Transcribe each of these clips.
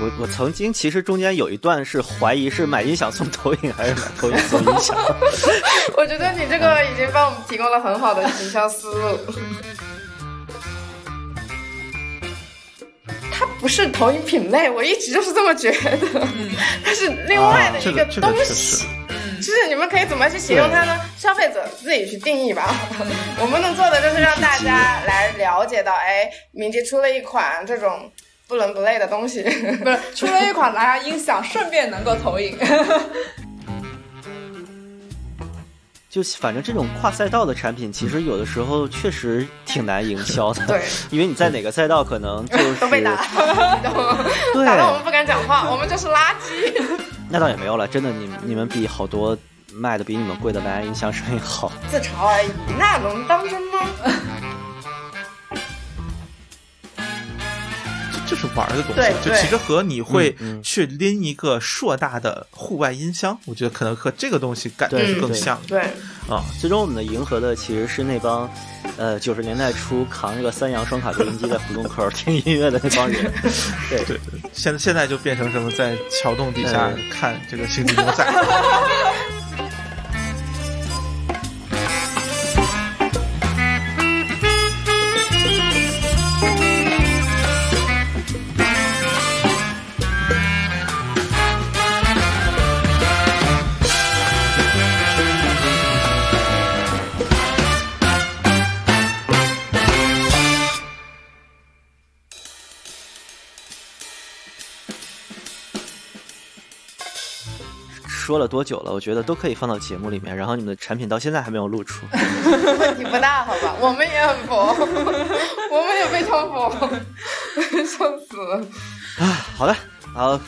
我我曾经其实中间有一段是怀疑是买音响送投影还是买投影送音响。 我觉得你这个已经帮我们提供了很好的营销思路。它不是投影品类，我一直就是这么觉得，它是另外的啊这一个这东个确西实。，就是你们可以怎么去形容它呢？消费者自己去定义吧。嗯我们能做的就是让大家来了解到，哎，敏捷出了一款这种不伦不类的东西。不是出了一款蓝牙音响，顺便能够投影。就反正这种跨赛道的产品，其实有的时候确实挺难营销的。对， 因为你在哪个赛道，可能就是 都被 打，你懂吗？对打到我们不敢讲话，我们就是垃圾。那倒也没有了，真的，你你们比好多卖的比你们贵的蓝牙音箱生意好。自嘲而已，那能当真吗？这这是玩儿的东对西。就对其实和你会嗯嗯去拎一个硕大的户外音箱，我觉得可能和这个东西感觉对是更对像的对，啊。最终我们的迎合的其实是那帮，呃，九十年代初扛着个三洋双卡录音机在胡同口儿听音乐的那帮人。 对，对，对现在现在就变成什么在桥洞底下嗯看这个星际牛仔。 说了多久了？我觉得都可以放到节目里面。然后你们的产品到现在还没有露出，问题不大，好 吧？我们也很佛，我们也非常佛， 笑死了。好的，好，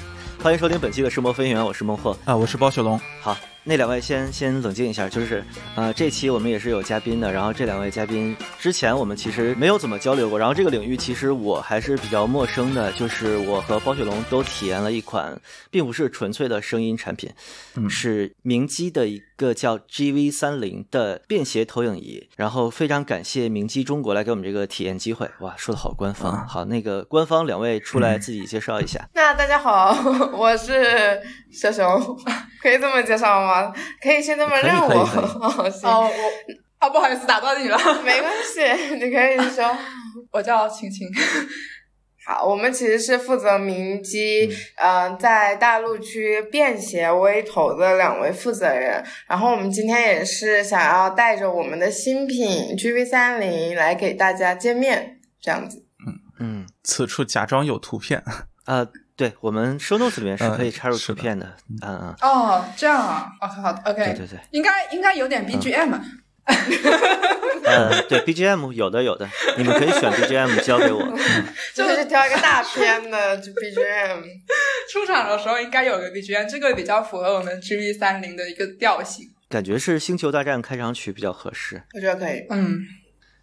欢迎收听本期的世魔飞行员，我是孟获。啊，我是包雪龙。好，那两位先先冷静一下，就是呃，这期我们也是有嘉宾的，然后这两位嘉宾之前我们其实没有怎么交流过，然后这个领域其实我还是比较陌生的，就是我和包雪龙都体验了一款并不是纯粹的声音产品，嗯是明基的一个叫 GV 三零的便携投影仪，然后非常感谢明基中国来给我们这个体验机会，哇，说的好官方，好，那个官方两位出来自己介绍一下，那大家好， 我是小熊，可以这么介绍吗？可以先这么可以认可以我。可以 哦，行，哦，我啊，不好意思，打断你了。没关系，你可以说。我叫晴晴，好，我们其实是负责明基，嗯、在大陆区便携微投的两位负责人。然后我们今天也是想要带着我们的新品 GV 三零来给大家见面，这样子。嗯，此处假装有图片，啊，对我们 show notes 里面是可以嗯插入是图的片的，嗯嗯，哦，这样啊，哦，好的，OK，对对对，应该应该有点 BGM，、呃，对 BGM 有的有的，你们可以选 BGM 交给我，就是挑一个大片的就 BGM。出场的时候应该有个 BGM，这个比较符合我们 GB 三零的一个调性。感觉是《星球大战》开场曲比较合适。我觉得可以。嗯，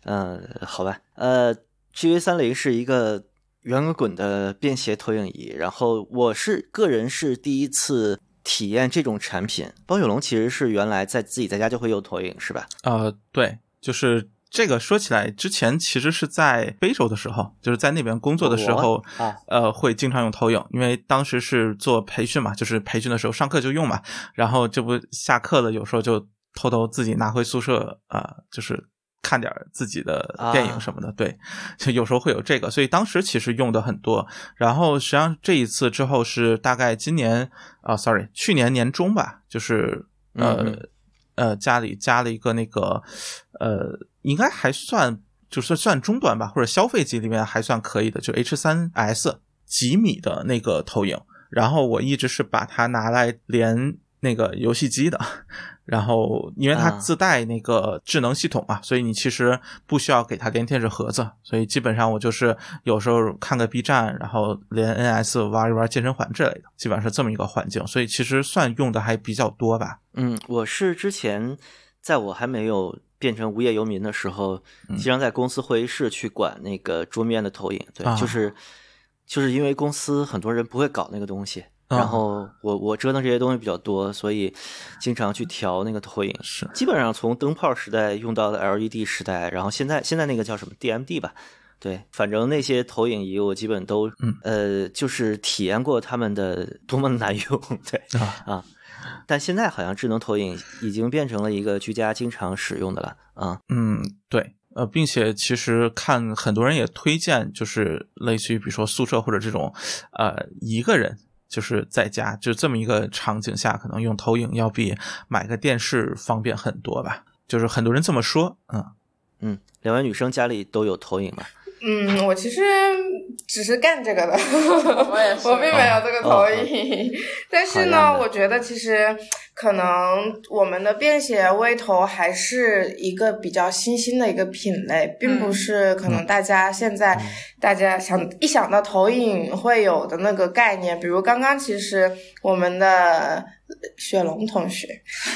呃，好吧，呃，GV 三零是一个圆滚滚的便携投影仪，然后我是个人是第一次体验这种产品。包雪龙其实是原来在自己在家就会用投影是吧？呃，对，就是这个说起来，之前其实是在非洲的时候，就是在那边工作的时候，我啊呃，会经常用投影，因为当时是做培训嘛，就是培训的时候上课就用嘛，然后这不下课了，有时候就偷偷自己拿回宿舍啊、呃就是。看点儿自己的啊电影什么的，对，就有时候会有这个，所以当时其实用的很多。然后实际上这一次之后是大概今年啊、s o r r y 去年年中吧，就是呃、嗯嗯呃家里加了一个那个呃，应该还算就是算中端吧，或者消费级里面还算可以的，就 H 三 S 几米的那个投影。然后我一直是把它拿来连那个游戏机的，然后因为它啊自带那个智能系统嘛，所以你其实不需要给它连电视盒子，所以基本上我就是有时候看个 B 站，然后连 NS 玩一玩健身环之类的，基本上是这么一个环境，所以其实算用的还比较多吧。嗯，我是之前在我还没有变成无业游民的时候，嗯经常在公司会议室去管那个桌面的投影。对，啊就是就是因为公司很多人不会搞那个东西，啊然后我我折腾这些东西比较多，所以经常去调那个投影。是 E 基本上从灯泡时代用到了 LED 时代，然后现在现在那个叫什么 DMD 吧，对，反正那些投影仪我基本都，嗯呃，就是体验过他们的多么难用， 对啊啊。但现在好像智能投影已经变成了一个居家经常使用的了啊。嗯，对，呃，并且其实看很多人也推荐，就是类似于比如说宿舍或者这种，呃，一个人就是在家就这么一个场景下，可能用投影要比买个电视方便很多吧。就是很多人这么说，嗯，嗯，两位女生家里都有投影吗？嗯，我其实只是干这个的，我也 是我并没有这个投影。 但哦好是呢，样的我觉得其实可能我们的便携微投还是一个比较新兴的一个品类，并嗯不是可嗯能大家现在、大家想一想到投影会有的那个概念，比如刚刚其实我们的雪龙同学，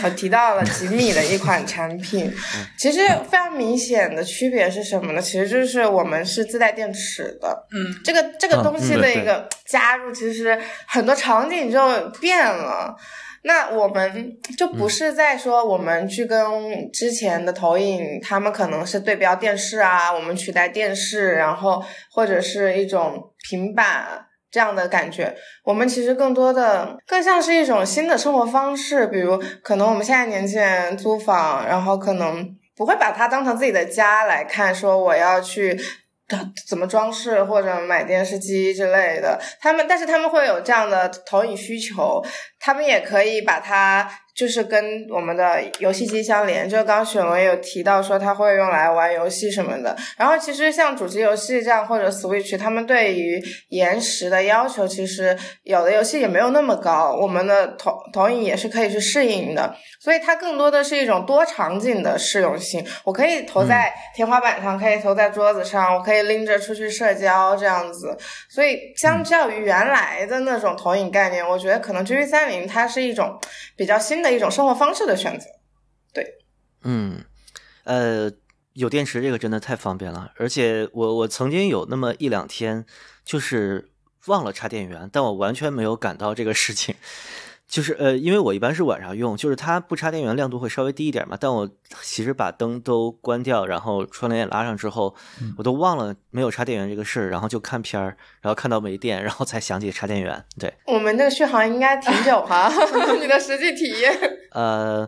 我提到了吉米的一款产品，其实非常明显的区别是什么呢？其实就是我们是自带电池的，嗯，这个这个嗯东西嗯的对一个加入，其实很多场景就变了。那我们就嗯不是在说我们去跟之前的投影，他们可能是对标电视啊，我们取代电视，然后或者是一种平板这样的感觉。我们其实更多的更像是一种新的生活方式，比如可能我们现在年轻人租房，然后可能不会把它当成自己的家来看，说我要去。呃怎么装饰或者买电视机之类的，他们但是他们会有这样的投影需求，他们也可以把它就是跟我们的游戏机相连。就刚刚雪文有提到说他会用来玩游戏什么的，然后其实像主机游戏这样或者 Switch，他们对于延时的要求，其实有的游戏也没有那么高，我们的投投影也是可以去适应的。所以它更多的是一种多场景的适用性，我可以投在天花板上，可以投在桌子上，我可以拎着出去社交这样子。所以相较于原来的那种投影概念，我觉得可能 G V 三零它是一种比较新的一种生活方式的选择。嗯，呃，有电池这个真的太方便了，而且我我曾经有那么一两天就是忘了插电源，但我完全没有感到这个事情。就是呃，因为我一般是晚上用，就是它不插电源亮度会稍微低一点嘛。但我其实把灯都关掉，然后窗帘也拉上之后，我都忘了没有插电源这个事儿，然后就看片儿，然后看到没电，然后才想起插电源。对，我们这个续航应该挺久哈、 你的实际体验。呃，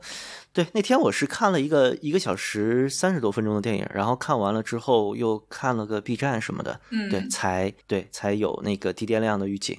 对，那天我是看了一个一个小时三十多分钟的电影，然后看完了之后又看了个 B 站什么的，嗯对，才对才有那个低电量的预警。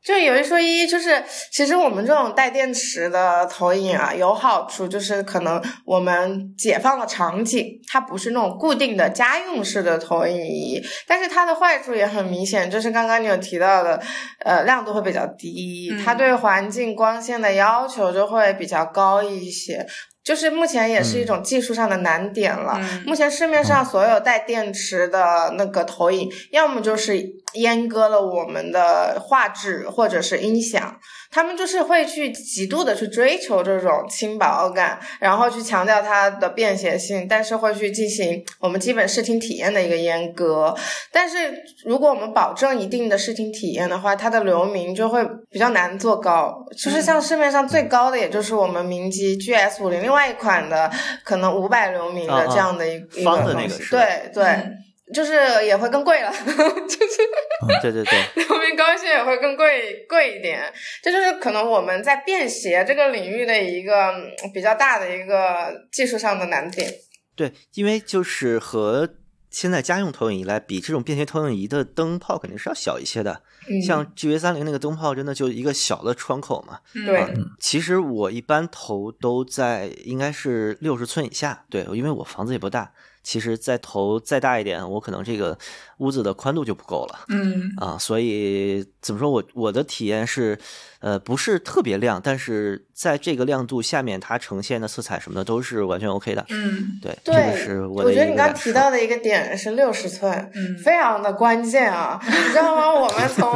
就有一说一，就是其实我们这种带电池的投影啊，有好处就是可能我们解放了场景，它不是那种固定的家用式的投影仪，但是它的坏处也很明显，就是刚刚你有提到的，呃，亮度会比较低，嗯它对环境光线的要求就会比较高一些，就是目前也是一种技术上的难点了。嗯目前市面上所有带电池的那个投影，要么就是阉割了我们的画质或者是音响，他们就是会去极度的去追求这种轻薄感，然后去强调它的便携性，但是会去进行我们基本视听体验的一个阉割。但是如果我们保证一定的视听体验的话，它的流明就会比较难做高。就是像市面上最高的，也就是我们明基 GS 五零另外一款的，可能五百流明啊啊的这样的一一方个的那东个西是吧对对。嗯就是也会更贵了， 就是 对对对，流明高些也会更贵贵一点。这就是可能我们在便携这个领域的一个嗯比较大的一个技术上的难点。对，因为就是和现在家用投影仪来比，这种便携投影仪的灯泡肯定是要小一些的。嗯，像 G V 三零那个灯泡，真的就一个小的窗口嘛。对啊其实我一般投都在应该是六十寸以下，对，因为我房子也不大。其实再投再大一点，我可能这个屋子的宽度就不够了嗯啊。所以怎么说我我的体验是，呃，不是特别亮，但是在这个亮度下面，它呈现的色彩什么的都是完全 OK 的。嗯对，对，这个是我的一觉得你个刚感刚提受到的一个点是六十寸，嗯非常的关键啊，你知道吗？我们从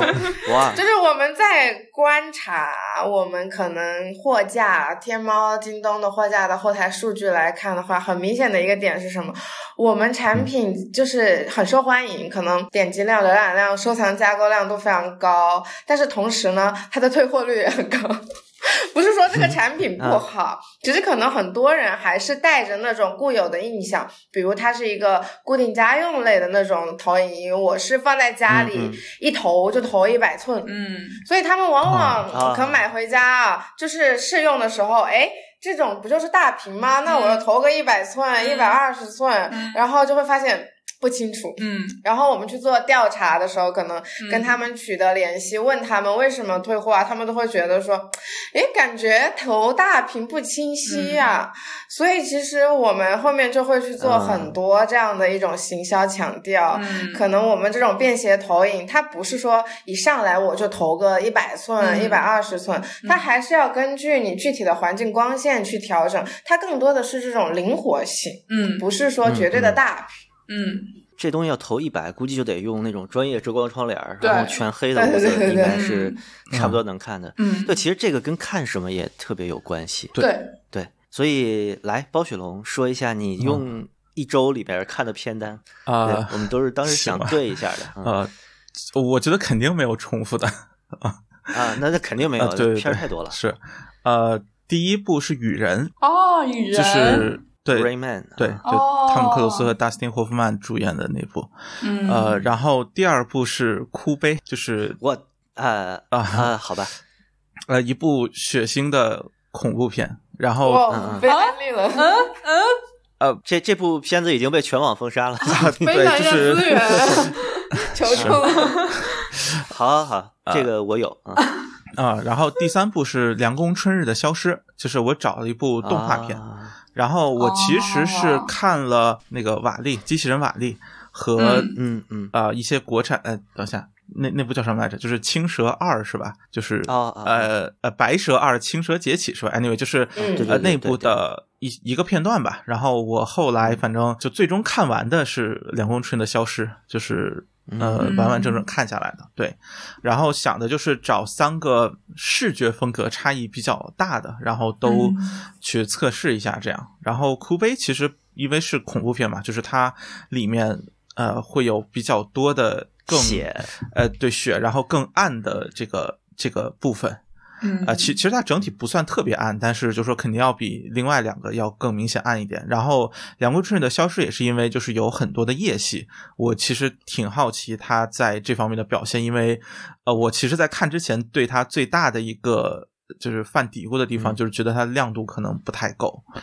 哇就，是我们在观察我们可能货架、天猫、京东的货架的后台数据来看的话，很明显的一个点是什么？我们嗯产品就是很受欢迎，可能点击量、浏览量、收藏加购量都非常高，但是同时呢，它的退货率也很高。 不是说这个产品嗯不好，只是可能很多人还是带着那种固有的印象，比如它是一个固定家用类的那种投影仪，我是放在家里、嗯嗯一投就投一百寸，嗯，所以他们往啊往可能买回家啊，就是试用的时候，哎，这种不就是大屏吗？那我要投个一百寸、一百二十寸嗯，然后就会发现不清楚。嗯，然后我们去做调查的时候，可能跟他们取得联系，问他们为什么退货啊，他们都会觉得说，诶，感觉投大屏不清晰嗯呀、所以其实我们后面就会去做很多这样的一种行销强调。嗯可能我们这种便携投影，它不是说一上来我就投个一百寸、一嗯百二十寸，它还是要根据你具体的环境光线去调整，它更多的是这种灵活性，嗯不是说绝对的大屏。嗯，这东西要投一百，估计就得用那种专业遮光窗帘儿，对然后全黑的屋子对对对应该对是差不多能看的。嗯对，其实这个跟看什么也特别有关系。对对，对，所以来包雪龙说一下你用一周里边看的片单嗯啊、对我们都是当时想 是吗对一下的。嗯呃，我觉得肯定没有重复的，啊，那那肯定没有啊，对对片儿对太多了。是，呃，第一部是《雨人哦，雨》，人，就是对 Rayman，对，啊就汤姆克鲁斯哦和达斯汀霍夫曼主演的那部，嗯呃，然后第二部是《哭悲》，就是我啊啊啊，好 吧，呃一部血腥的恐怖片，然嗯后哇嗯，被安利了，嗯嗯，啊这这部片子已经被全网封杀 了。分享一 对，就下是资源，求助。好好好，这个我有啊。 啊、然后第三部是《凉宫春日的消失》，就是我找了一部动画片，啊然后我其实是哦看了那个瓦力机器人瓦力和、嗯嗯嗯，啊，一些国产，呃，等一下，那那部叫什么来着？就是《青蛇二》是吧？就是、哦哦呃呃，《白蛇二》《青蛇劫起》是吧？Anyway，就是、嗯对对呃对内部的一一个片段吧。然后我后来反正就最终看完的是《梁公春的消失》，就是呃、嗯完完整整看下来的。对，然后想的就是找三个视觉风格差异比较大的，然后都嗯去测试一下这样。然后哭悲其实因为是恐怖片嘛，就是它里面呃会有比较多的更血呃对血，然后更暗的这个这个部分。嗯啊、其其实它整体不算特别暗，但是就说肯定要比另外两个要更明显暗一点。然后《两国春日的消失》也是因为就是有很多的夜戏，我其实挺好奇他在这方面的表现，因为呃，我其实，在看之前对他最大的一个就是犯嘀咕的地嗯方，就是觉得它亮度可能不太够哦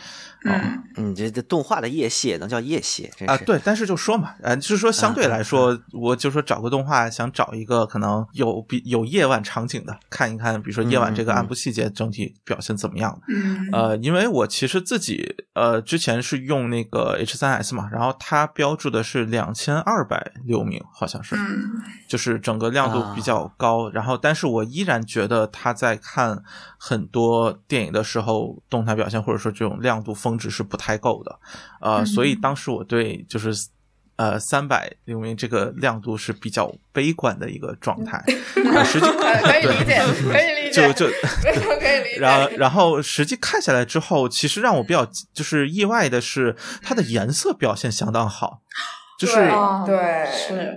嗯嗯，这这动画的夜戏也能叫夜戏，真啊、是。对，但是就说嘛，呃，就是说相对来嗯说，我就说找个动画，想找一个可能有比有夜晚场景的，看一看，比如说夜晚这个嗯嗯暗部细节整体表现怎么样。嗯呃，因为我其实自己呃之前是用那个 H 三 S 嘛，然后它标注的是两千二百流明，好像是，嗯就是整个亮度比较高。然后，但是我依然觉得它在看很多电影的时候，动态表现或者说这种亮度峰值是不太够的。呃，嗯所以当时我对就是。呃，三百流明这个亮度是比较悲观的一个状态，嗯呃、 实际呃可以理解，可以理解，就就可以理解。然后，然后实际看下来之后，其实让我比较就是意外的是，它的颜色表现相当好，就是对哦对是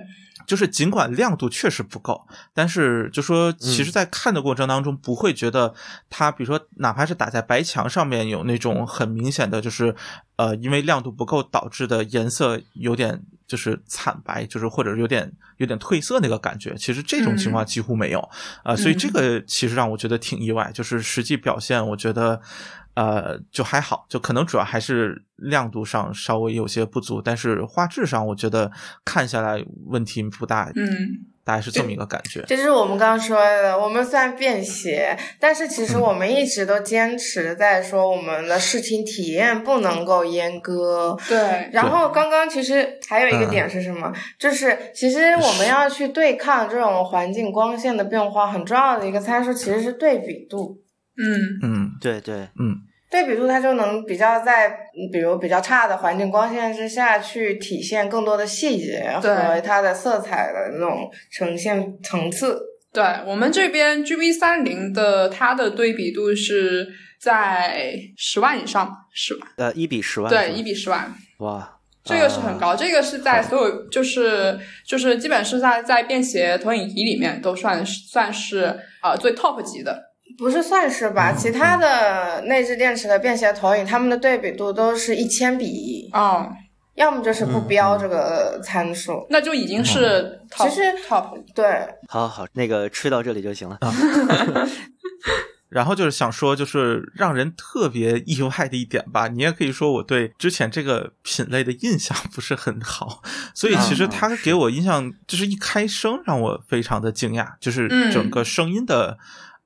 就是尽管亮度确实不够，但是就说其实，在看的过程当中，不会觉得它，比如说哪怕是打在白墙上面有那种很明显的，就是呃，因为亮度不够导致的颜色有点就是惨白，就是或者有点有点褪色那个感觉。其实这种情况几乎没有啊、呃所以这个其实让我觉得挺意外，就是实际表现，我觉得。呃，就还好，就可能主要还是亮度上稍微有些不足，但是画质上我觉得看下来问题不大，嗯大概是这么一个感觉。 这就是我们刚刚说的，我们虽然便携，但是其实我们一直都坚持在说我们的视听体验不能够阉割。对然后刚刚其实还有一个点是什么？就是其实我们要去对抗这种环境光线的变化，很重要的一个参数其实是对比度。嗯嗯对对，嗯对比度，它就能比较在嗯比如比较差的环境光线之下去体现更多的细节对和它的色彩的那种呈现层次。对我们这边 G B 三零的它的对比度是在十万以上是吧？呃，一比十万，对，一比十万，哇，这个是很啊。高，这个是在好所有就是就是基本是在在便携投影仪里面都算是算是呃最 top 级的。不是算是吧，其他的内置电池的便携投影，它们的对比度都是一千比一，哦，要么就是不标这个参数。那就已经是嗯 top, 其实 top 对，好好，那个吃到这里就行了。然后就是想说，就是让人特别意外的一点吧，你也可以说我对之前这个品类的印象不是很好，所以其实它给我印象就是一开声让我非常的惊讶，就是整个声音的、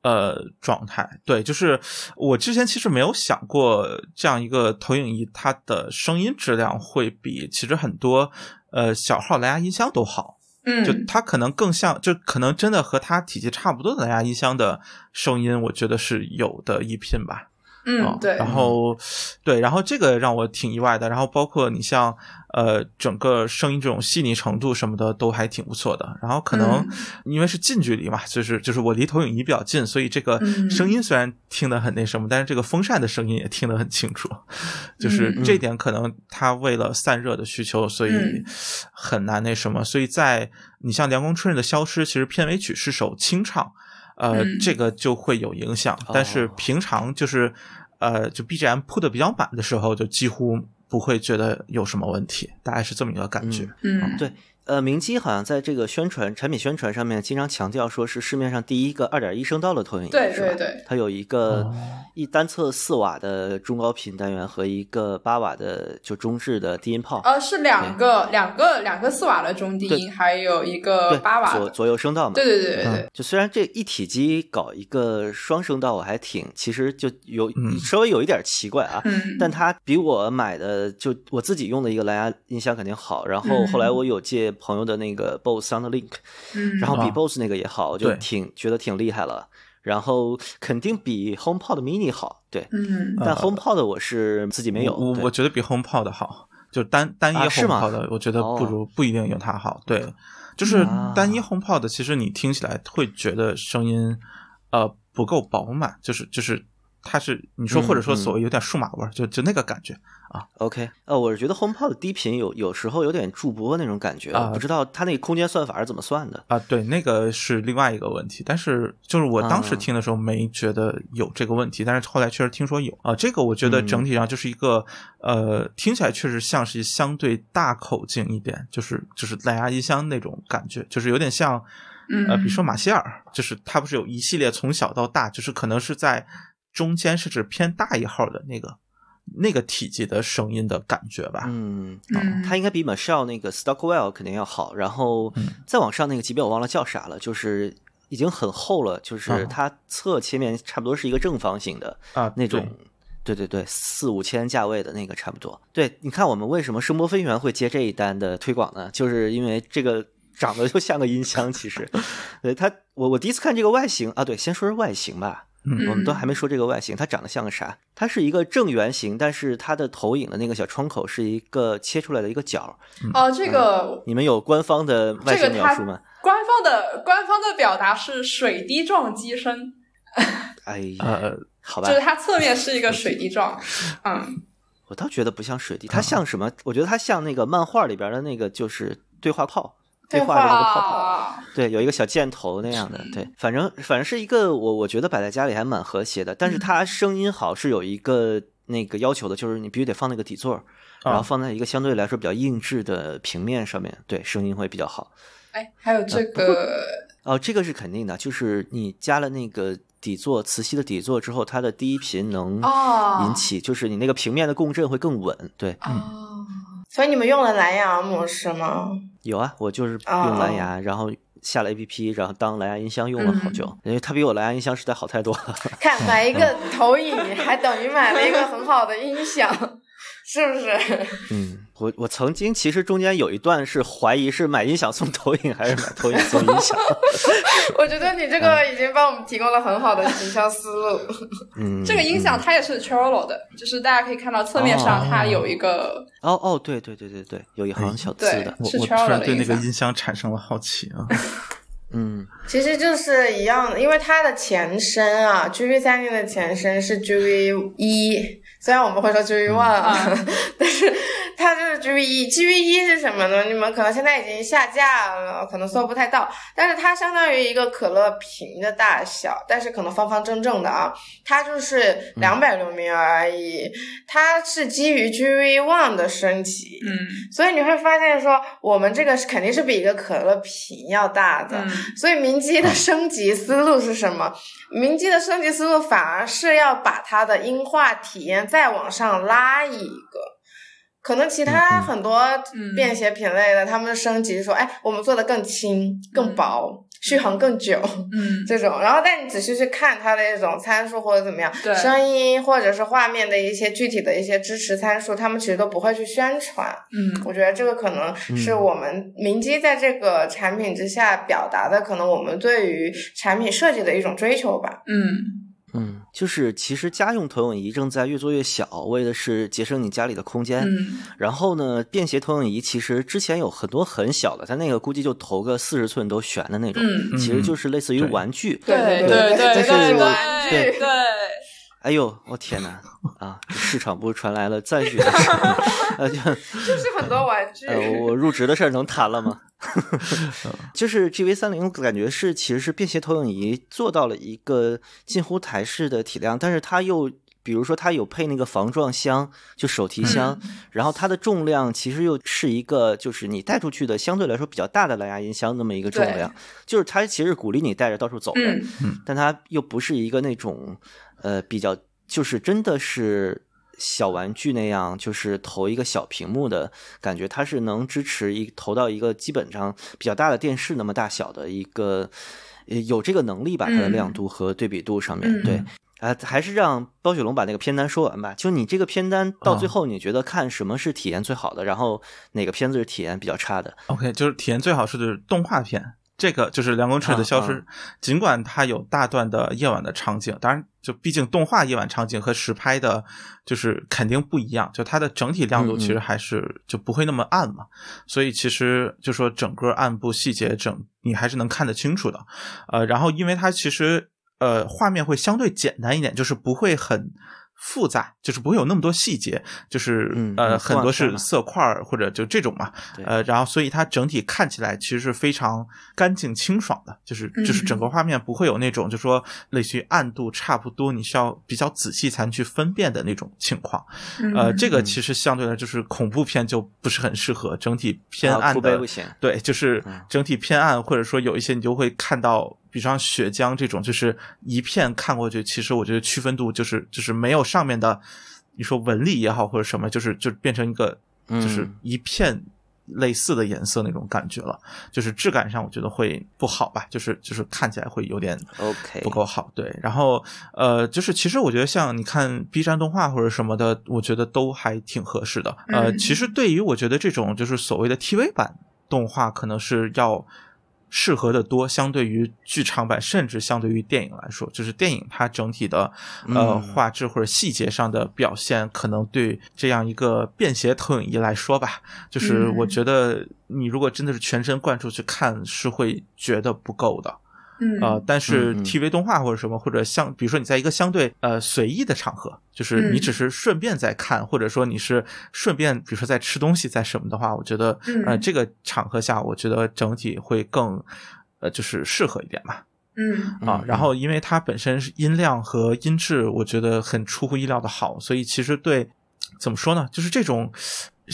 呃状态。对，就是我之前其实没有想过这样一个投影仪，它的声音质量会比其实很多呃小号蓝牙音箱都好。嗯，就它可能更像，就可能真的和它体积差不多的蓝牙音箱的声音，我觉得是有的一拼吧。嗯对，啊然后对，然后这个让我挺意外的。然后包括你像呃，整个声音这种细腻程度什么的都还挺不错的。然后可能嗯因为是近距离嘛，就是就是我离投影仪比较近，所以这个嗯声音虽然听得很那什么，但是这个风扇的声音也听得很清楚。就是嗯这点可能它为了散热的需求，所以嗯很难那什么。所以在你像《凉宫春日的消失》，其实片尾曲是首清唱，呃，嗯这个就会有影响。但是哦平常就是呃，就 BGM 铺的比较满的时候，就几乎不会觉得有什么问题，大概是这么一个感觉。嗯对，呃，明基好像在这个宣传产品宣传上面经常强调说是市面上第一个二点一声道的投影仪，对是吧对对，它有一个一单侧四瓦的中高频单元和一个八瓦的就中置的低音炮，呃是两个两个两个四瓦的中低音，还有一个对，八瓦左的，左右声道嘛，对对对对嗯对，就虽然这一体机搞一个双声道，我还挺，其实就有嗯稍微有一点奇怪啊。嗯，但它比我买的就我自己用的一个蓝牙音箱肯定好，然后嗯后来我有借朋友的那个 BOSS SoundLink，嗯然后比啊 BOSS 那个也好，我就对挺觉得挺厉害了。然后肯定比 HomePod Mini 好，对。嗯但 HomePod 我是自己没有，呃我我对我觉得比 HomePod 好，就单单一啊是吗 HomePod，、我觉得不如、不一定有它好。对，就是啊单一 HomePod，其实你听起来会觉得声音呃不够饱满，就是就是它是你说嗯或者说嗯所谓有点数码味儿，就就那个感觉 OK，呃，我是觉得 HomePod 低频有有时候有点驻播那种感觉，啊我不知道它那个空间算法是怎么算的。啊、对，那个是另外一个问题。但是就是我当时啊听的时候没觉得有这个问题，但是后来确实听说有啊、这个我觉得嗯整体上就是一个、呃，听起来确实像是相对大口径一点，就是就是蓝牙音箱那种感觉，就是有点像。嗯，呃，比如说马歇尔，就是他不是有一系列从小到大，就是可能是在中间甚至偏大一号的那个那个体积的声音的感觉吧。嗯，嗯它应该比 Michelle 那个 Stockwell 肯定要好，然后嗯再往上那个级别我忘了叫啥了，就是已经很厚了，就是啊它侧切面差不多是一个正方形的啊，那对种，对对对，四五千价位的那个差不多。对，你看我们为什么声波飞源会接这一单的推广呢？就是因为这个长得就像个音箱，其实，对它，我我第一次看这个外形啊，对，先说说外形吧。嗯我们都还没说这个外形，它长得像个啥？它是一个正圆形，但是它的投影的那个小窗口是一个切出来的一个角。哦，嗯这个你们有官方的外这形个描它述吗？官方的官方的表达是水滴状机身，哎呀，呃，好吧就，是它侧面是 一个水滴状，嗯我倒觉得不像水滴，嗯它像什么？我觉得它像那个漫画里边的那个，就是对话炮，对对话的那个话泡泡。啊，对，有一个小箭头那样的，对，反正反正是一个我我觉得摆在家里还蛮和谐的，但是它声音好是有一个那个要求的，就是你必须得放那个底座儿，然后啊放在一个相对来说比较硬质的平面上面，对，声音会比较好。哎，还呃有这个哦，这个是肯定的，就是你加了那个底座磁吸的底座之后，它的低频能哦引起，就是你那个平面的共振会更稳。对，啊，嗯所以你们用了蓝牙模式吗？有啊，我就是用哦蓝牙，然后。下了 A P P，然后当蓝牙音箱用了好久，嗯因为它比我蓝牙音箱实在好太多 了。看买一个投影，还等于买了一个很好的音响，是不是？嗯，我我曾经其实中间有一段是怀疑是买音响送投影还是买投影送音响。 我觉得你这个已经帮我们提供了很好的营销思路。嗯，这个音响嗯它也是 Cholo 的，就是大家可以看到侧面上它有一个哦哦，对对对对对，有一行小字对的。我是我突 Trello 然的对那个影响音箱产生了好奇啊。嗯，其实就是一样的，因为它的前身啊，GV 三零的嗯前身是 GV 一，虽然我们会说 GV one 啊，但是它就是 GV 一，GV 一是什么呢？你们可能现在已经下架了，可能搜不太到，但是它相当于一个可乐瓶的大小，但是可能方方正正的啊，它就是嗯两百流明而已，它是基于 GV One 的升级，嗯所以你会发现说，我们这个是肯定是比一个可乐瓶要大的，嗯所以明基的升级思路是什么？明基的升级思路反而是要把它的音画体验再往上拉一个。可能其嗯他嗯很多便携品类的，他们升级说，哎，我们做的更轻、更薄，续航更久嗯，这种。然后，但你仔细去看它的一种参数或者怎么样，对声音或者是画面的一些具体的一些支持参数，他们其实都不会去宣传。嗯我觉得这个可能是我们明基在这个产品之下表达的，可能我们对于产品设计的一种追求吧。嗯嗯，就是其实家用投影仪正在越做越小，为的是节省你家里的空间。嗯然后呢，便携投影仪其实之前有很多很小的，它那个估计就投个四十寸都悬的那种，嗯，其实就是类似于对玩具。对对对对对就是对我对对对，哎呦，我、天哪！啊，市场部传来了赞许的声音，呃，就就是很多玩具呃， 我入职的事儿能谈了 吗？就是 GV 三零，感觉是其实是便携投影仪做到了一个近乎台式的体量，但是它又比如说它有配那个防撞箱，就手提箱，嗯然后它的重量其实又是一个就是你带出去的相对来说比较大的蓝牙音箱那么一个重对量，就是它其实鼓励你带着到处走的，嗯但它又不是一个那种呃比较，就是真的是小玩具那样，就是投一个小屏幕的感觉，它是能支持一投到一个基本上比较大的电视那么大小的一个，呃有这个能力吧，它的嗯亮度和对比度上面，嗯对。啊，还是让包雪龙把那个片单说完吧。就你这个片单到最啊后，你觉得看什么是体验最好的，然后哪个片子是体验比较差的？ OK，就是体验最好是指动画片，这个就是《两公尺的消失》啊尽管它有大段的夜晚的场景，当然就毕竟动画夜晚场景和实拍的，就是肯定不一样，就它的整体亮度嗯嗯其实还是就不会那么暗嘛，所以其实就说整个暗部细节整你还是能看得清楚的，呃，然后因为它其实呃画面会相对简单一点，就是不会很。复杂就是不会有那么多细节，就是、嗯呃嗯很多画面是嘛色块儿或者就这种嘛，对呃，然后所以它整体看起来其实是非常干净清爽的，就是就是整个画面不会有那种就说类似于暗度差不多，你需要比较仔细才能去分辨的那种情况。嗯呃，这个嗯其实相对来就是恐怖片就不是很适合，整体偏啊暗哭悲的不行对，就是嗯整体偏暗，或者说有一些你就会看到，比方血浆这种，就是一片看过去，其实我觉得区分度就是就是没有上面的，你说纹理也好或者什么，就是就变成一个嗯就是一片类似的颜色那种感觉了，就是质感上我觉得会不好吧，就是就是看起来会有点 OK 不够好。对，然后呃，就是其实我觉得像你看 B 站动画或者什么的，我觉得都还挺合适的。呃，嗯其实对于我觉得这种就是所谓的 TV 版动画，可能是要适合的多，相对于剧场版，甚至相对于电影来说，就是电影它整体的呃嗯画质或者细节上的表现，可能对这样一个便携投影仪来说吧，就是嗯我觉得你如果真的是全神贯注去看，是会觉得不够的。嗯呃，但是嗯嗯 TV 动画或者什么，或者像比如说你在一个相对呃随意的场合，就是你嗯只是顺便在看，或者说你是顺便，比如说在吃东西，在什么的话，我觉得呃嗯这个场合下，我觉得整体会更呃就是适合一点吧。嗯啊嗯，然后因为它本身是音量和音质，我觉得很出乎意料的好，所以其实对怎么说呢，就是这种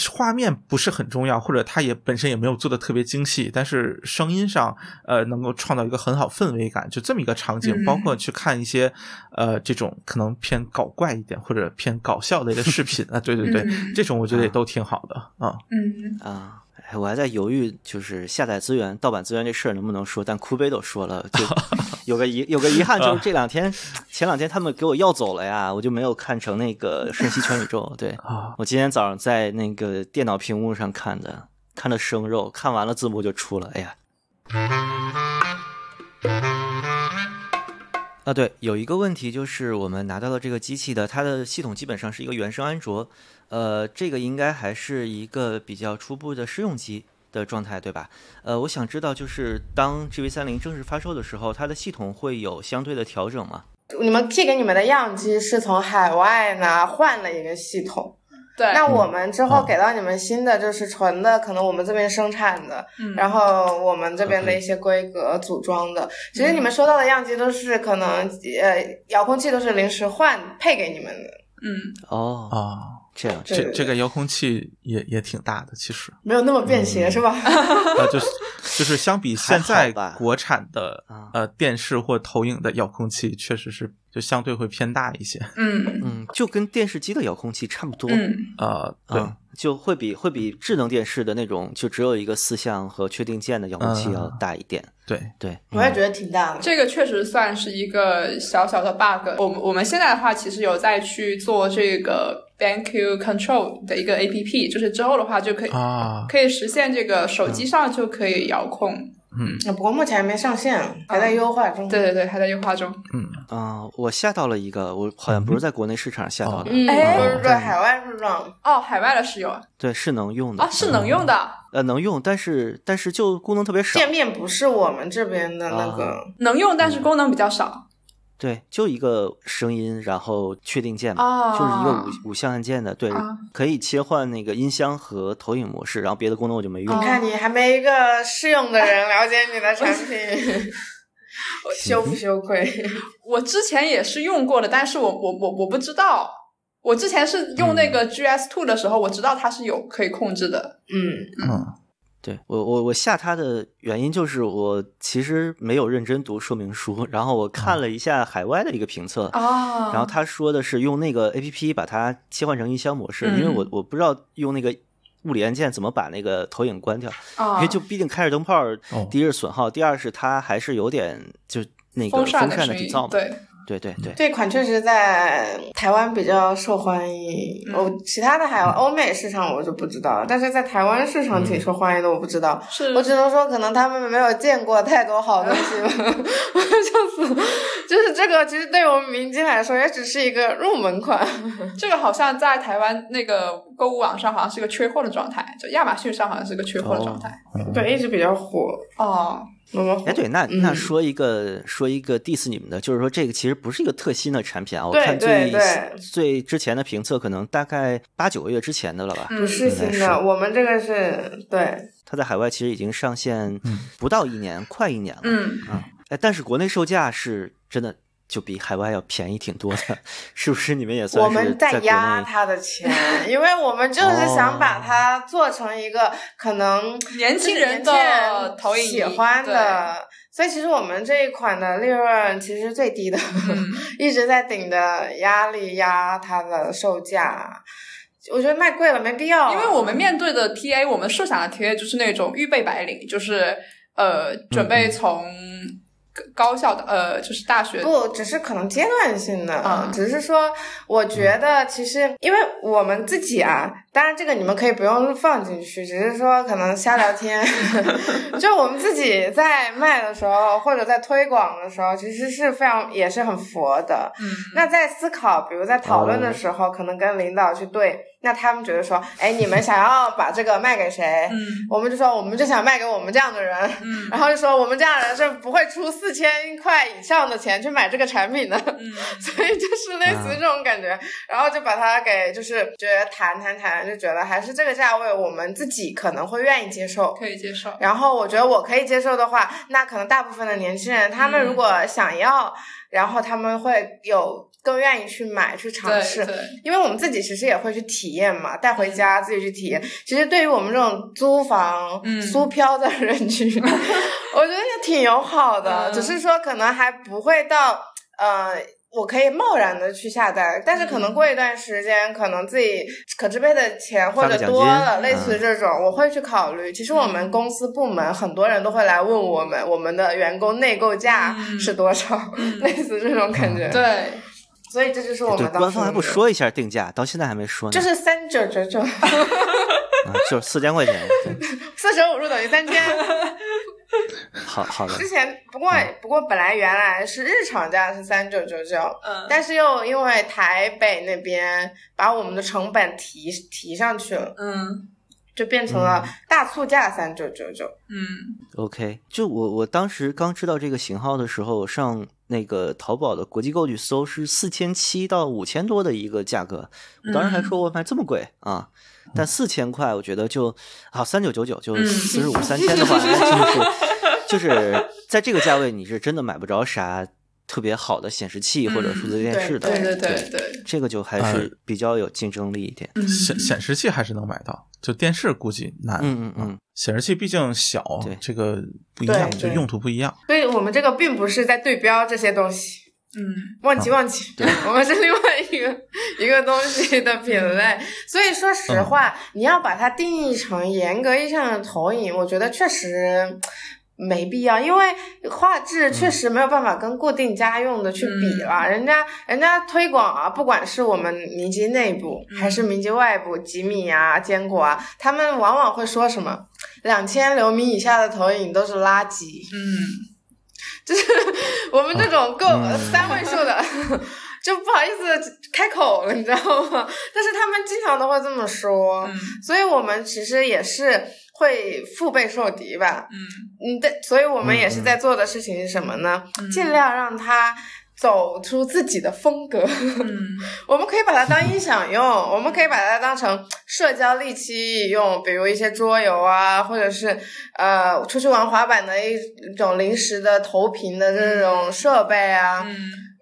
画面不是很重要，或者它也本身也没有做的特别精细，但是声音上呃能够创造一个很好氛围感，就这么一个场景，嗯包括去看一些呃这种可能偏搞怪一点或者偏搞笑类的视频啊，对对对，嗯这种我觉得也啊都挺好的啊，嗯啊，哎我还在犹豫，就是下载资源、盗版资源这事儿能不能说，但哭悲都说了，就有个遗有个遗憾，就是这两天、前两天他们给我要走了呀，我就没有看成那个《瞬息全宇宙》。对啊，我今天早上在那个电脑屏幕上看的，看的生肉，看完了字幕就出了，哎呀。啊，对，有一个问题就是我们拿到了这个机器的，它的系统基本上是一个原生安卓，呃，这个应该还是一个比较初步的试用机的状态，对吧？呃，我想知道，就是当 GV 三零正式发售的时候，它的系统会有相对的调整吗？你们 P 给你们的样机是从海外呢换了一个系统，对，那我们之后嗯给到你们新的就是纯的，可能我们这边生产的，嗯然后我们这边的一些规格组装的。其实你们收到的样机都是可能呃遥控器都是临时换配给你们的，嗯，哦，啊。这样对这对这个遥控器也也挺大的，其实没有那么便携、是 吧？啊，就是就是相比还现好在吧国产的啊呃电视或投影的遥控器，确实是就相对会偏大一些。嗯嗯，就跟电视机的遥控器差不多，嗯，呃，对，嗯，就会比会比智能电视的那种就只有一个四项和确定键的遥控器要嗯大一点。对，对，我嗯也觉得挺大的。这个确实算是一个小小的 bug。我们我们现在的话，其实有在去做这个 BenQ Control 的一个 APP，就是之后的话就可以、啊，可以实现这个手机上就可以遥控。嗯不过目前还没上线，还在优化中。对，对对，还在优化中。嗯，嗯，我下到了一个，我好像不是在国内市场下到的，嗯，哎不是在海外是这样。哦，海外的是有啊，对，是能嗯用的啊是能用的，呃能用，但是但是就功能特别少界，面不是我们这边的那个，嗯能用，但是功能比较少。对，就一个声音，然后确定键嘛，啊就是一个五五项按键的，对，啊可以切换那个音箱和投影模式，然后别的功能我就没用。哦你看你还没一个试用的人了解你的产品， 羞不羞愧？我之前也是用过的，但是我我我我不知道。我之前是用嗯那个 GS Two 的时候，我知道它是有可以控制的。嗯，嗯对我我我下它的原因就是我其实没有认真读说明书，然后我看了一下海外的一个评测，哦啊然后他说的是用那个 A P P 把它切换成音箱模式，因为嗯我我不知道用那个物理按键怎么把那个投影关掉，啊，因为就毕竟开着灯泡儿哦，第一是损耗，第二是它还是有点就那个风风扇扇的声底音，噪嘛，对，嗯对对对，这款确实在台湾比较受欢迎，嗯我、其他的海外欧美市场我就不知道了，但是在台湾市场挺受欢迎的，我不知道。是我只能说，可能他们没有见过太多好东 西吧，就是就是这个，其实对我们民间来说，也只是一个入门款。这个好像在台湾那个购物网上好像是个缺货的状态，就亚马逊上好像是个缺货的状态。哦对，一直比较火，哦，慢慢火哎，。对，那那嗯说一个、说一个 diss 你们的，就是说这个其实不是一个特新的产品啊，我对看对最对最之前的评测可能大概八九个月之前的了吧。嗯不是应新该的，是我们这个是对，它在海外其实已经上线嗯不到一年，快一年了。嗯，哎，但是国内售价是真的就比海外要便宜挺多的，是不是？你们也算我是们在国内哎哦压他的钱，因为我们就是想把它做成一个可能年轻人的年轻人投影仪喜欢的。所以其实我们这一款的利润其实最低的， 嗯一直在顶着压力压它的售价。我觉得卖贵了没必要，因为我们面对的 TA，我们设想的 TA 就是那种预备白领，就是呃，准嗯备从高校的呃，就是大学不，只是可能阶段性的，嗯只是说，我觉得其实因为我们自己啊，当然这个你们可以不用放进去，只是说可能瞎聊 天，就我们自己在卖的时候或者在推广的时候，其实是非常也是很佛的。嗯那在思考，比如在讨论的时候，可能跟领导去对，那他们觉得说，哎，你们想要把这个卖给谁？嗯我们就说，我们就想卖给我们这样的人，嗯然后就说我们这样的人是不会出四千块以上的钱去买这个产品的，嗯 所以就是类似于这种感觉，然后就把它给就是觉得谈谈谈，就觉得还是这个价位我们自己可能会愿意接受。可以接受。然后我觉得我可以接受的话，那可能大部分的年轻人他们嗯如果想要，然后他们会有更愿意去买去尝对试。对，因为我们自己其实也会去体验嘛，带嗯回家自己去体验。其实对于我们这种租房、嗯租漂的人 群，我觉得也挺友好的，嗯只是说可能还不会到呃。我可以贸然的去下单，但是可嗯能过一段时间，可能自己可支配的钱或发个者奖多金了，类似嗯于这种，我会去考虑。其实我们公司部门很多人都会来问我们，我们的员工内购价嗯是多少，嗯 类似这种感觉。，对，所以这就是哎我对们当官时方还不的说一下定价，到现在还没嗯说呢，就是三九九九， 啊、就是四千块钱。对四舍五入等于 三千。好好的，之前不过不过本来原来是日常价是三九九九，嗯，但是又因为台北那边把我们的成本提提上去了，嗯就变成了大促价三九九九。嗯， OK，就我我当时刚知道这个型号的时候，我上那个淘宝的国际购去搜是四千七到五千多的一个价格，我当时还嗯说我买这么贵啊，但四千块我觉得就啊三九九九就嗯四十五三千 的话，那就是就是在这个价位你是真的买不着啥特别好的显示器或者数字电视的，嗯对对对对，这个就还是比较有竞争力一点。嗯显显示器还是能买到，就电视估计难。嗯嗯嗯，显示器毕竟小对，这个不一样，对就对用途不一样。所以我们这个并不是在对标这些东西，嗯忘记忘记， 我们是另外一个一个东西的品类。所以说实话，你要把它定义成严格意义上的投影，我觉得确实。没必要，因为画质确实没有办法跟固定家用的去比了。人家人家推广啊，不管是我们民机内部嗯还是民机外部，吉米啊、坚果啊，他们往往会说什么两千流明以下的投影都是垃圾。嗯，就是 我们这种够嗯三位数的， 就不好意思开口了，你知道吗？ 但是他们经常都会这么说，嗯所以我们其实也是会腹背受敌吧。嗯嗯，对，所以我们也是嗯嗯在做的事情是什么呢？嗯尽量让它。走出自己的风格，嗯我们可以把它当音响用， 我们可以把它当成社交利器用，比如一些桌游啊，或者是呃出去玩滑板的一种临时的投屏的这种设备啊。嗯，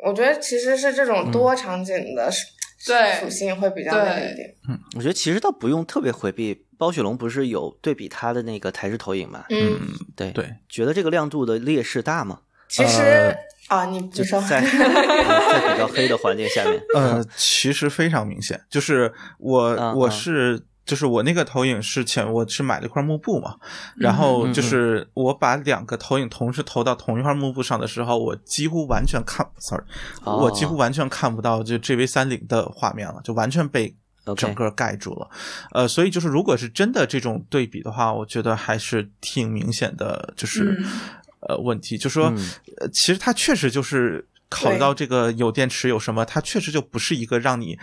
我觉得其实是这种多场景的属对属性会比较那个一点。我觉得其实倒不用特别回避。包雪龙不是有对比他的那个台式投影嘛？嗯，嗯，对对，觉得这个亮度的劣势大吗？其实、呃啊，你你就说，在 在比较黑的环境下 面，呃，其实非常明显，就是我、嗯我嗯是就是我那个投影是前我是买了一块幕布嘛，然后嗯嗯就是我把两个投影同时投到同一块幕布上的时候，我几乎完全看，sorry，、哦我几乎完全看不到就 GV 三零的画面了，就完全被 OK 整个盖住了。呃，所以就是如果是真的这种对比的话，我觉得还是挺明显的，就是、嗯呃问题，就说、嗯呃其实它确实就是考虑到这个有电池有什么，它确实就不是一个让你。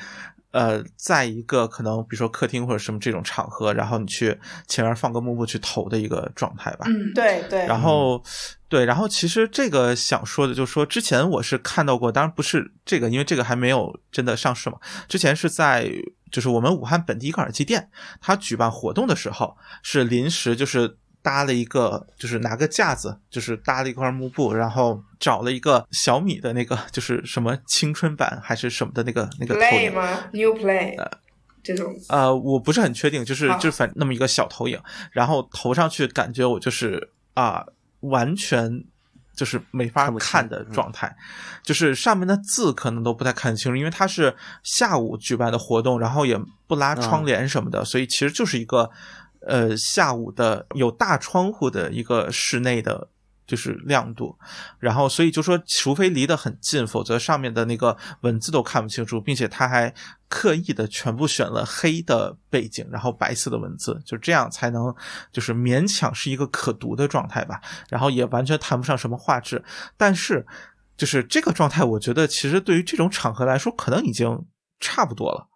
呃，在一个可能比如说客厅或者什么这种场合，然后你去前面放个幕布去投的一个状态吧。嗯，对对，然后，对，然后其实这个想说的，就是说之前我是看到过，当然不是这个，因为这个还没有真的上市嘛。之前是在就是我们武汉本地一个耳机店，它举办活动的时候是临时就是。搭了一个，就是拿个架子，就是搭了一块幕布，然后找了一个小米的那个，就是什么青春版还是什么的那个那个投 play 影，吗？New play、这种，呃，我不是很确定，就是好就是反那么一个小投影，然后投上去，感觉我就是啊、完全就是没法看不清嗯看的状态，就是上面的字可能都不太看清楚，因为它是下午举办的活动，然后也不拉窗帘什么的，所以其实就是一个呃下午的有大窗户的一个室内的。就是亮度，然后所以就说，除非离得很近，否则上面的那个文字都看不清楚，并且他还刻意的全部选了黑的背景，然后白色的文字，就这样才能就是勉强是一个可读的状态吧，然后也完全谈不上什么画质，但是就是这个状态，我觉得其实对于这种场合来说，可能已经差不多了，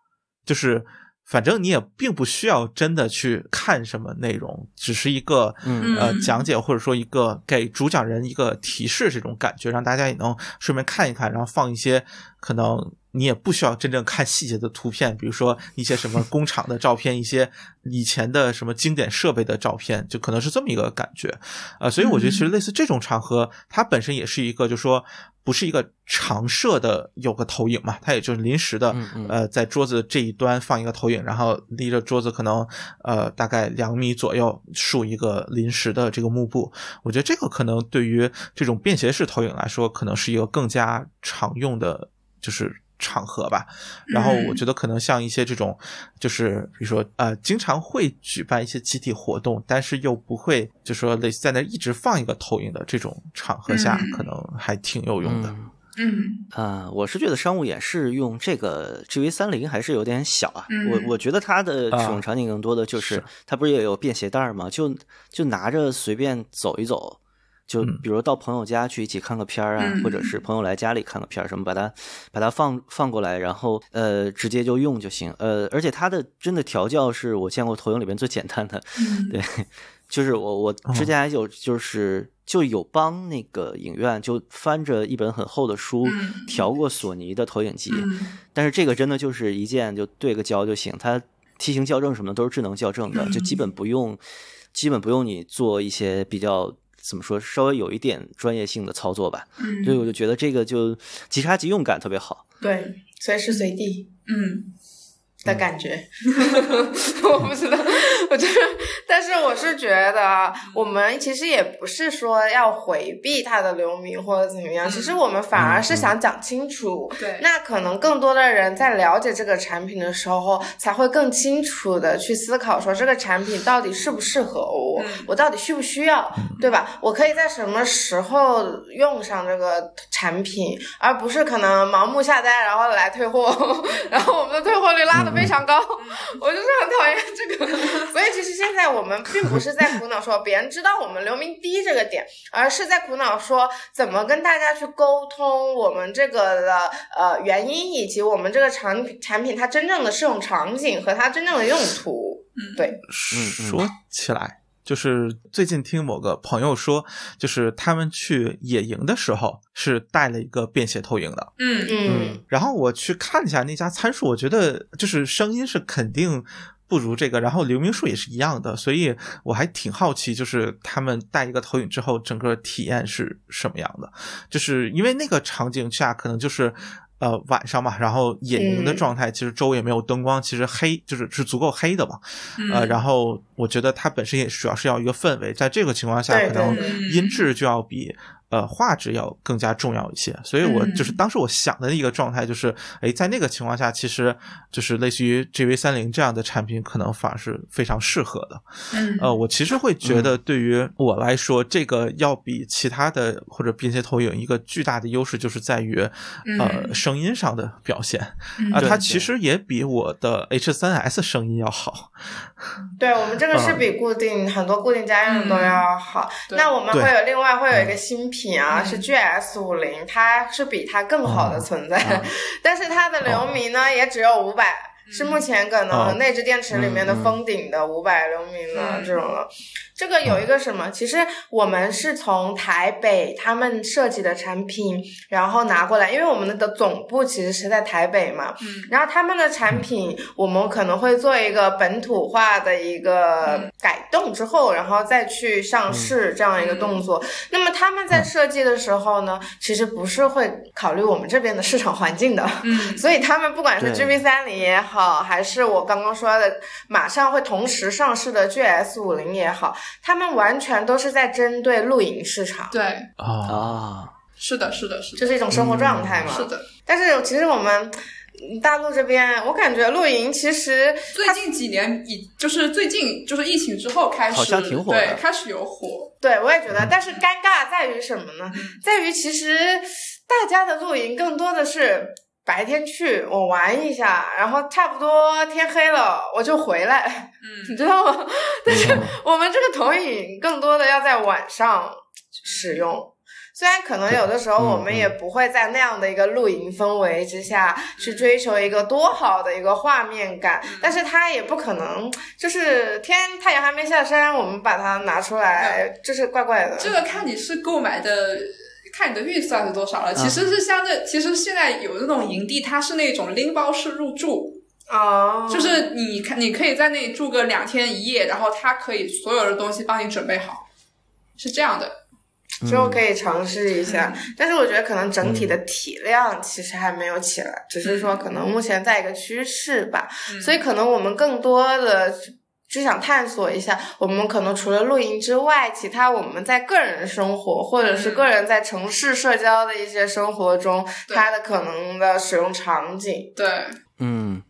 就是。反正你也并不需要真的去看什么内容，只是一个、嗯呃嗯讲解或者说一个给主讲人一个提示这种感觉，让大家也能顺便看一看，然后放一些可能你也不需要真正看细节的图片，比如说一些什么工厂的照片，一些以前的什么经典设备的照片，就可能是这么一个感觉。呃，所以我觉得其实嗯类似这种场合，它本身也是一个，就说不是一个常设的有个投影嘛，它也就是临时的嗯嗯，呃，在桌子这一端放一个投影，然后离着桌子可能呃大概两米左右竖一个临时的这个幕布。我觉得这个可能对于这种便携式投影来说，可能是一个更加常用的就是场合吧。然后我觉得可能像一些这种，就是比如说呃，经常会举办一些集体活动，但是又不会就说类似在那儿一直放一个投影的这种场合下，嗯可能还挺有用的。嗯嗯啊、我是觉得商务演示用这个 GV 三零还是有点小啊。嗯我我觉得它的啊使用场景更多的就是，是它不是也有便携袋儿吗？就就拿着随便走一走，就嗯比如到朋友家去一起看个片儿啊，嗯或者是朋友来家里看个片儿什么，把它把它放放过来，然后呃直接就用就行。呃，而且它的真的调教是我见过投影里边最简单的，对，就是我我之前还有就是就有帮那个影院就翻着一本很厚的书嗯调过索尼的投影机，嗯但是这个真的就是一键就对个焦就行，它梯形校正什么的都是智能校正的，就嗯基本不用，基本不用你做一些比较怎么说稍微有一点专业性的操作吧。嗯所以我就觉得这个就即插即用感特别 好。对，随时随地。嗯的感觉， 我不知道，我就是，但是我是觉得嗯啊，我们其实也不是说要回避它的流明或者怎么样，嗯其实我们反而是想讲清楚。对，那可能更多的人在了解这个产品的时候，才会更清楚的去思考说这个产品到底适不适合我，嗯我到底需不需要，对吧？我可以在什么时候用上这个产品，而不是可能盲目下单然后来退货， 然后我们的退货率拉的非常高，嗯我就是很讨厌这 个。所以其实现在我们并不是在苦恼说别人知道我们流明低这个点，而是在苦恼说怎么跟大家去沟通我们这个的呃原因，以及我们这个产品产品它真正的适用场景和它真正的用途。嗯说起来，就是最近听某个朋友说，就是他们去野营的时候是带了一个便携投影的。嗯嗯，然后我去看了一下那家参数，我觉得就是声音是肯定不如这个，然后流明数也是一样的，所以我还挺好奇，就是他们带一个投影之后，整个体验是什么样的？就是因为那个场景下可能就是。呃，晚上嘛，然后野营的嗯状态，其实周围也没有灯光，其实黑就是是足够黑的嘛。嗯呃，然后我觉得它本身也主要是要一个氛围，在这个情况下，对可能对对音质就要比呃画质要更加重要一些。所以我就是嗯当时我想的一个状态就是，哎，在那个情况下，其实就是类似于 GV 三零这样的产品，可能反而是非常适合的。嗯呃，我其实会觉嗯得，对于我来说，这个要比其他的或者便携投影一个巨大的优势，就是在于呃嗯声音上的表现嗯啊，对它其实也比我的 H 三 S 声音要好。对我们这个是比固定、很多固定家用都要好。嗯对那我们会对有另外会有一个新品啊，嗯是 GS 五零，它是比它更好的存在，嗯但是它的流明呢、也只有五哦百。是目前可哦能内置电池里面的嗯嗯封顶的五百流明的嗯这种了，这个有一个什么？嗯其实我们是从台北他们设计的产品，然后拿过来，因为我们的总部其实是在台北嘛，嗯然后他们的产品，嗯我们可能会做一个本土化的一嗯个改动之后，然后再去上市这样一个动嗯作。那么他们在设计的时候呢，其实不是会考虑我们这边的市场环境的。嗯所以他们不管是对 GB 三零也好，还是我刚刚说的马上会同时上市的 GS 五零也好，他们完全都是在针对露营市场，对， 啊啊，是的，是的，是这的，是一种生活状态嘛。嗯是的。但是其实我们嗯大陆这边，我感觉露营其实最近几年以就是最近就是疫情之后开始，好像挺火的对，开始有火，对我也觉嗯得，但是尴尬在于什么呢？在于其实大家的露营更多的是。白天去我玩一下，然后差不多天黑了我就回来， 你嗯，知道吗？但是嗯我们这个投影更多的要在晚上使用，虽然可能有的时候嗯我们也不会在那样的一个露营氛围之下去追求一个多好的一个画面感，嗯但是它也不可能就是天太阳还没下山，我们把它拿出来，就是怪怪的。这个看你是购买的。看你的预算是多少了，其嗯实是相对，其实现在有那种营地，它是那种拎包式入住，哦，就是你看，你可以在那里住个两天一夜，然后它可以所有的东西帮你准备好，是这样的。之后可以尝试一下，嗯但是我觉得可能整体的体量其实还没有起来，只是说可能目前在一个趋势吧。嗯所以可能我们更多的只想探索一下，我们可能除了露营之外，其他我们在个人生活或者是嗯个人在城市社交的一些生活中，对它的可能的使用场景。对，嗯，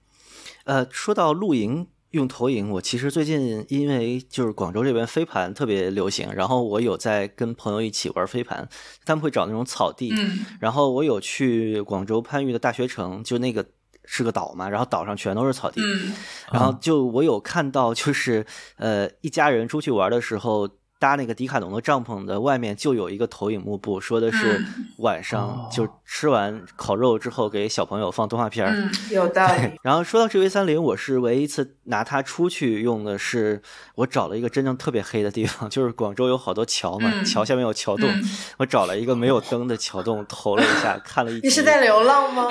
呃，说到露营用投影，我其实最近因为就是广州这边飞盘特别流行，然后我有在跟朋友一起玩飞盘，他们会找那种草地，嗯然后我有去广州番禺的大学城，就那个是个岛嘛，然后岛上全都是草地，嗯然后就我有看到，就是呃，一家人出去玩的时候，搭那个迪卡侬的帐篷的外面就有一个投影幕布，说的嗯是晚上就吃完烤肉之后给小朋友放动画片儿。嗯，有道 理。然后说到 GV 三零，我是唯一一次拿它出去用的是，我找了一个真正特别黑的地方， 就是广州有好多桥嘛，嗯桥下面有桥洞， 嗯我找了一个没有灯的桥洞投了一下，看了一集。你是在流浪 吗？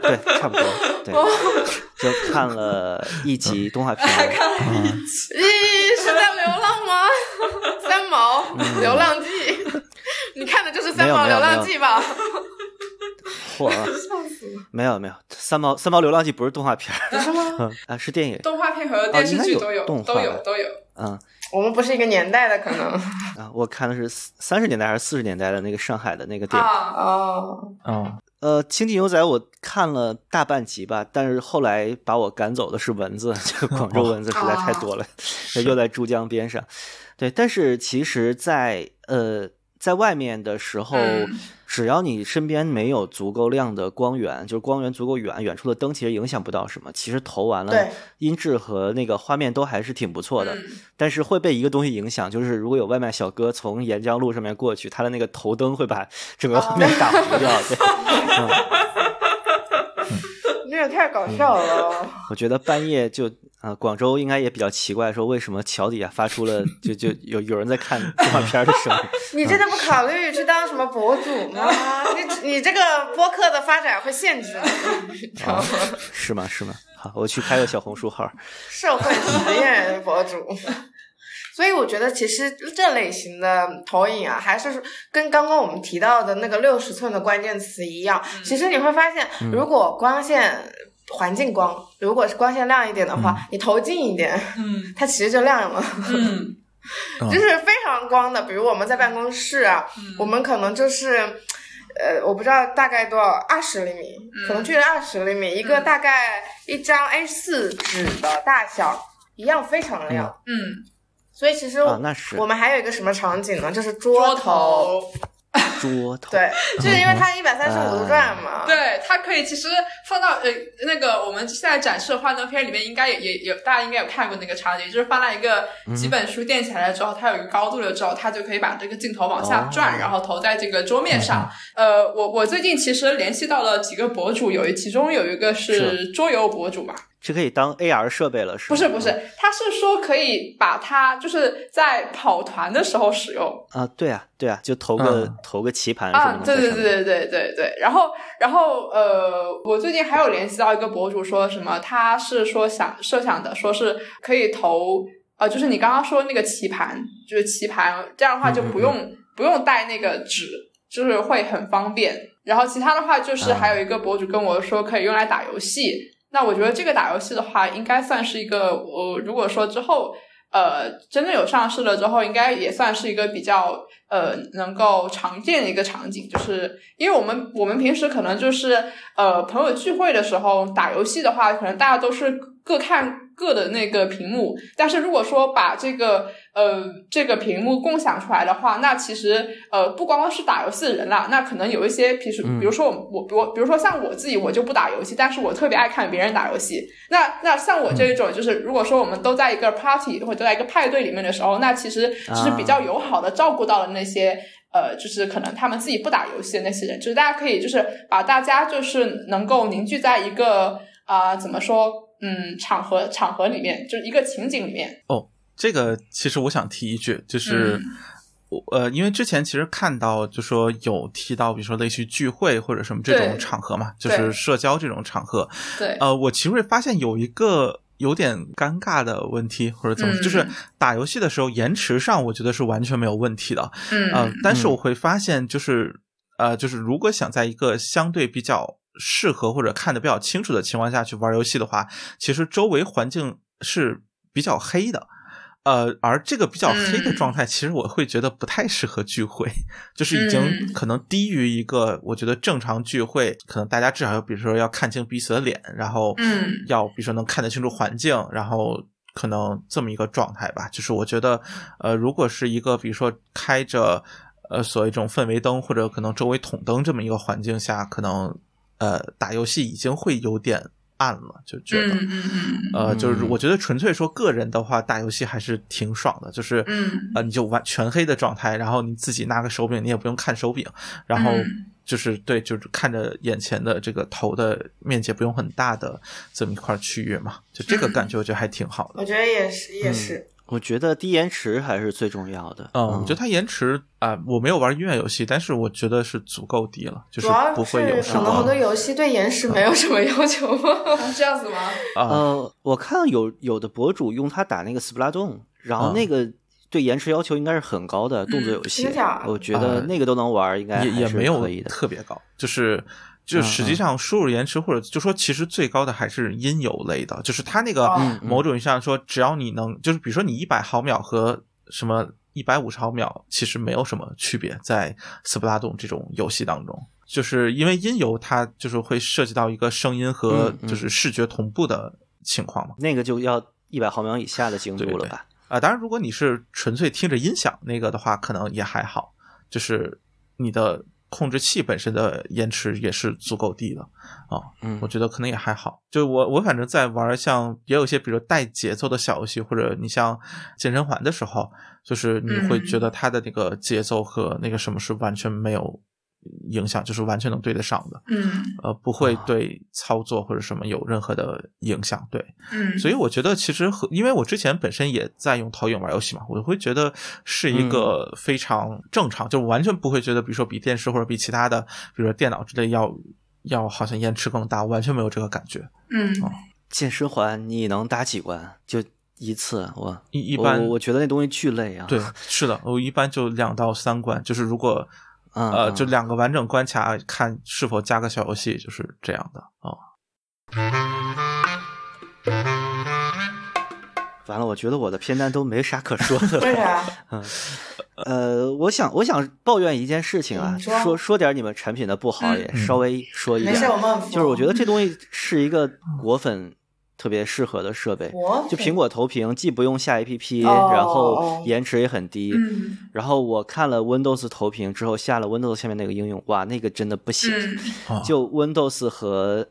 对，差不多，对，哦就看了一集动画片儿。 咦，是在流浪吗？ 三毛《流浪记》，你看的就是《三嗯没毛有没有流浪记》吧？ 嚯，没有没有，三毛三毛流浪记不是动画片儿， 是吗？嗯啊是电影，动画片和电视剧都哦有，应该有动画都有，都有。嗯我们不是一个年代的，可能啊，我看的是三十年代还是四十年代的那个上海的那个电影，啊，哦，哦，呃，《星际牛仔》我看了大半集吧，但是后来把我赶走的是蚊子， 这个广州蚊子实在太哦多了，又在珠江边上。对，但是其实在，呃，在外面的时候，嗯只要你身边没有足够亮的光源，就是光源足够远，远处的灯其实影响不到什么。其实投完了对，音质和那个画面都还是挺不错的。嗯但是会被一个东西影响，就是如果有外卖小哥从沿江路上面过去，他的那个头灯会把整个画面哦打糊 掉。对，这也太搞笑了。哦我觉得半夜就啊、呃广州应该也比较奇怪，说为什么桥底下发出了就就有有人在看动画片的 声音？你真的不考虑去当什么博主吗？你你这个播客的发展会限制你，你知哦道吗？啊是吗？是吗？好，我去开个小红书号。社会实验博主。 所以我觉得，其实这类型的投影啊，还是跟刚刚我们提到的那个六十寸的关键词一样。其实你会发现，如果光线、环境光，如果是光线亮一点的话，你投近一点，嗯它其实就亮了。嗯 嗯就是非常光的，比如我们在办公室啊，我们可能就是，呃，我不知道大概多少，二十厘米，可能距离二十厘米，一个大概一张 A 4纸的大小，一样非常亮。嗯，所以其实啊那是我们还有一个什么场景呢？就是桌桌头，头，桌头，对，就是因为它一百三十五度转嘛。对，它可以其实放到呃那个我们现在展示的幻灯片里面，应该也也有大家应该有看过那个场景，就是放在一个几本书垫起来了之后，它有一个高度了之后，它就可以把这个镜头往下转，哦然后投在这个桌面上。呃，我我最近其实联系到了几个博主，有一其中有一个是是桌游博主嘛，这可以当 AR 设备了，是不吗是不是，他是说可以把它就是在跑团的时候使用。啊，对啊，对啊，就投个、嗯投个棋盘什啊么，的。对对。对对对对对。然后，然后呃，我最近还有联系到一个博主，说什么他是说想设想的，说是可以投呃，就是你刚刚说那个棋盘，就是棋盘，这样的话嗯就不用、不用带那个纸，就是会很方便。然后其他的话就是啊还有一个博主跟我说可以用来打游戏，那我觉得这个打游戏的话，应该算是一个我、如果说之后呃真正有上市了之后，应该也算是一个比较呃能够常见的一个场景，就是因为我们我们平时可能就是呃朋友聚会的时候打游戏的话，可能大家都是各看。各的那个屏幕，但是如果说把这个呃这个屏幕共享出来的话，那其实呃不光光是打游戏的人啦，那可能有一些平时，嗯比如说我我我，比如说像我自己，我就不打游戏，但是我特别爱看别人打游戏。那那像我这一种，就是如果说我们都在一个 party 或者都在一个派对里面的时候，那其实就是比啊较友好的照顾到了那些。呃，就是可能他们自己不打游戏的那些人，就是大家可以就是把大家就是能够凝聚在一个啊、怎么说嗯场合场合里面，就是一个情景里面，这个其实我想提一句，就是嗯我、呃，因为之前其实看到就说有提到，比如说类似于聚会或者什么这对种场合嘛，就对是社交这种场合，对，呃，我其实会发现有一个有点尴尬的问题，或者怎么，嗯就是打游戏的时候延迟上，我觉得是完全没有问题的。嗯呃，但是我会发现，就是呃，就是如果想在一个相对比较适合或者看得比较清楚的情况下去玩游戏的话，其实周围环境是比较黑的。呃，而这个比较黑的嗯状态，其实我会觉得不太适合聚会， 就是已经嗯可能低于一个我觉得正常聚会，可能大家至少要比如说要看清彼此的脸，然后嗯要比如说能看得清楚环境，然后可能这么一个状态吧。就是我觉得，呃，如果是一个比如说开着呃所谓这种氛围灯或者可能周围筒灯这么一个环境下，可能呃打游戏已经会有点。暗了，就觉嗯得。嗯嗯呃，就是嗯我觉得纯粹说个人的话，打游戏还是挺爽的，就是，嗯呃，你就完全黑的状态，然后你自己拿个手柄，你也不用看手柄，然后嗯就是对，就是看着眼前的这个头的面积不用很大的这么一块区域嘛，就这个嗯感觉我觉得还挺好的。我觉得也是，也嗯是，我觉得低延迟还是最重要的。嗯，我觉得它延迟啊、我没有玩音乐游戏，但是我觉得是足够低了，就主要不会是有可什能很多么游戏对延时没有什么要求 吧。嗯，这样子吗？啊，呃，我看有有的博主用它打那个 Splatoon，然后嗯那个对延迟要求应该是很高的动嗯作游戏真的假，的我觉得啊那个都能玩，应该也还也是没有可以的。嗯特别高，就是。就实际上输入延迟或者就说，其实最高的还是音游类的，就是它那个嗯嗯某种意义上说，只要你能，就是比如说你一百毫秒和什么一百五十毫秒，其实没有什么区别，在斯普拉顿这种游戏当中，就是因为音游它就是会涉及到一个声音和嗯嗯就是视觉同步的情况嘛。那个就要一百毫秒以下的精度对了对吧？啊、当然，如果你是纯粹听着音响那个的话，可能也还好，就是你的控制器本身的延迟也是足够低的啊、嗯我觉得可能也还好。就我我反正在玩像也有一些比如带节奏的小游戏，或者你像健身环的时候，就是你会觉得它的那个节奏和那个什么是完全没有影响，就是完全能对得上的，嗯呃，不会啊对操作或者什么有任何的影响。对，嗯，所以我觉得其实和因为我之前本身也在用投影玩游戏嘛，我会觉得是一个嗯非常正常，就完全不会觉得，比如说比电视或者比其他的，比如说电脑之类要要好像延迟更大，完全没有这个感觉。嗯健身环你能打几关？就一次，我一一般哦我我觉得那东西巨累啊。对，是的，我一般就两到三关，就是如果。 嗯呃，嗯就两个完整关卡，看是否加个小游戏，就是这样的啊、完了，我觉得我的片单都没啥可说 的为了。啥？呃，我想我想抱怨一件事情啊，你嗯说说说点你们产品的不好，嗯也嗯稍微说一没点。事，我们很就是我觉得得这东西是一个果粉特别适合的设备，我就苹果投屏既不用下 APP，、哦然后延迟也很低。嗯然后我看了 Windows 投屏之后，下了 Windows 下面那个应用，哇，那个真的不行。嗯啊就 Windows 和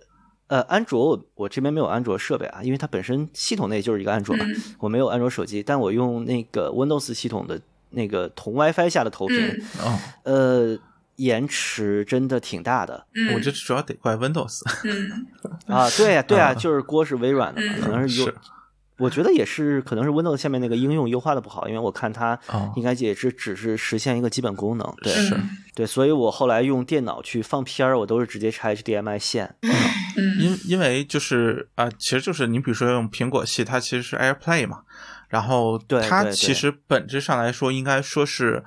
呃安卓，我我这边没有安卓设备啊，因为它本身系统内就是一个安卓嘛，嗯我没有安卓手机，但我用那个 Windows 系统的那个同 WiFi 下的投屏，嗯，呃，延迟真的挺大的。嗯，我觉得主要得怪 Windows 嗯啊，对呀、对呀、啊就是锅是微软的嘛，嗯可能是优是，我觉得也是，可能是 Windows 下面那个应用优化的不好，因为我看它啊应该也是只是实现一个基本功能，对嗯是对，所以我后来用电脑去放片儿，我都是直接插 HDMI 线，嗯因因为就是啊、呃其实就是你比如说用苹果系，它其实是 AirPlay 嘛，然后对它对其对实本质上来说应该说是。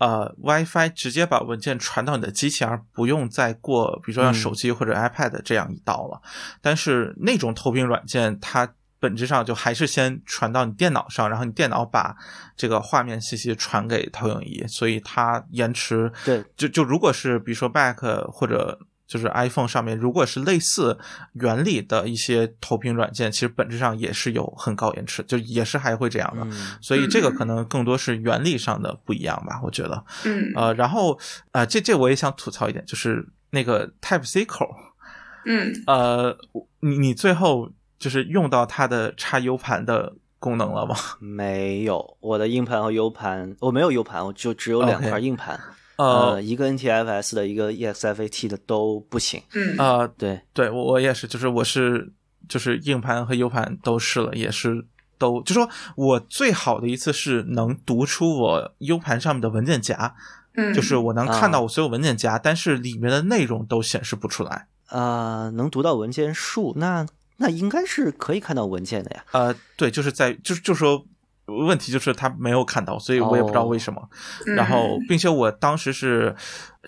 呃，WiFi 直接把文件传到你的机器，而不用再过，比如说嗯像手机或者 iPad 这样一道了。但是那种投屏软件，它本质上就还是先传到你电脑上，然后你电脑把这个画面信息传给投影仪，所以它延迟。对，就就如果是比如说 Mac 或者就是 iPhone 上面，如果是类似原理的一些投屏软件，其实本质上也是有很高延迟，就也是还会这样的。嗯，所以这个可能更多是原理上的不一样吧，我觉得。嗯呃，然后啊、呃这这我也想吐槽一点，就是那个 Type C 口，嗯呃，你你最后就是用到它的插 U 盘的功能了吗？没有，我的硬盘和 U 盘，我没有 U 盘，我就只有两 OK 块硬盘，呃呃，一个 NTFS 的，一个 E EXFAT 的都不行，嗯呃，对，对我我也是，就是我是就是硬盘和 U 盘都试了，也是都就说我最好的一次是能读出我 U 盘上面的文件夹，嗯，就是我能看啊到我所有文件夹，但是里面的内容都显示不出来。啊，能读到文件数，那那应该是可以看到文件的呀。呃，对，就是在就是就说问题就是他没有看到，所以我也不知道哦为什么。嗯然后，并且我当时是，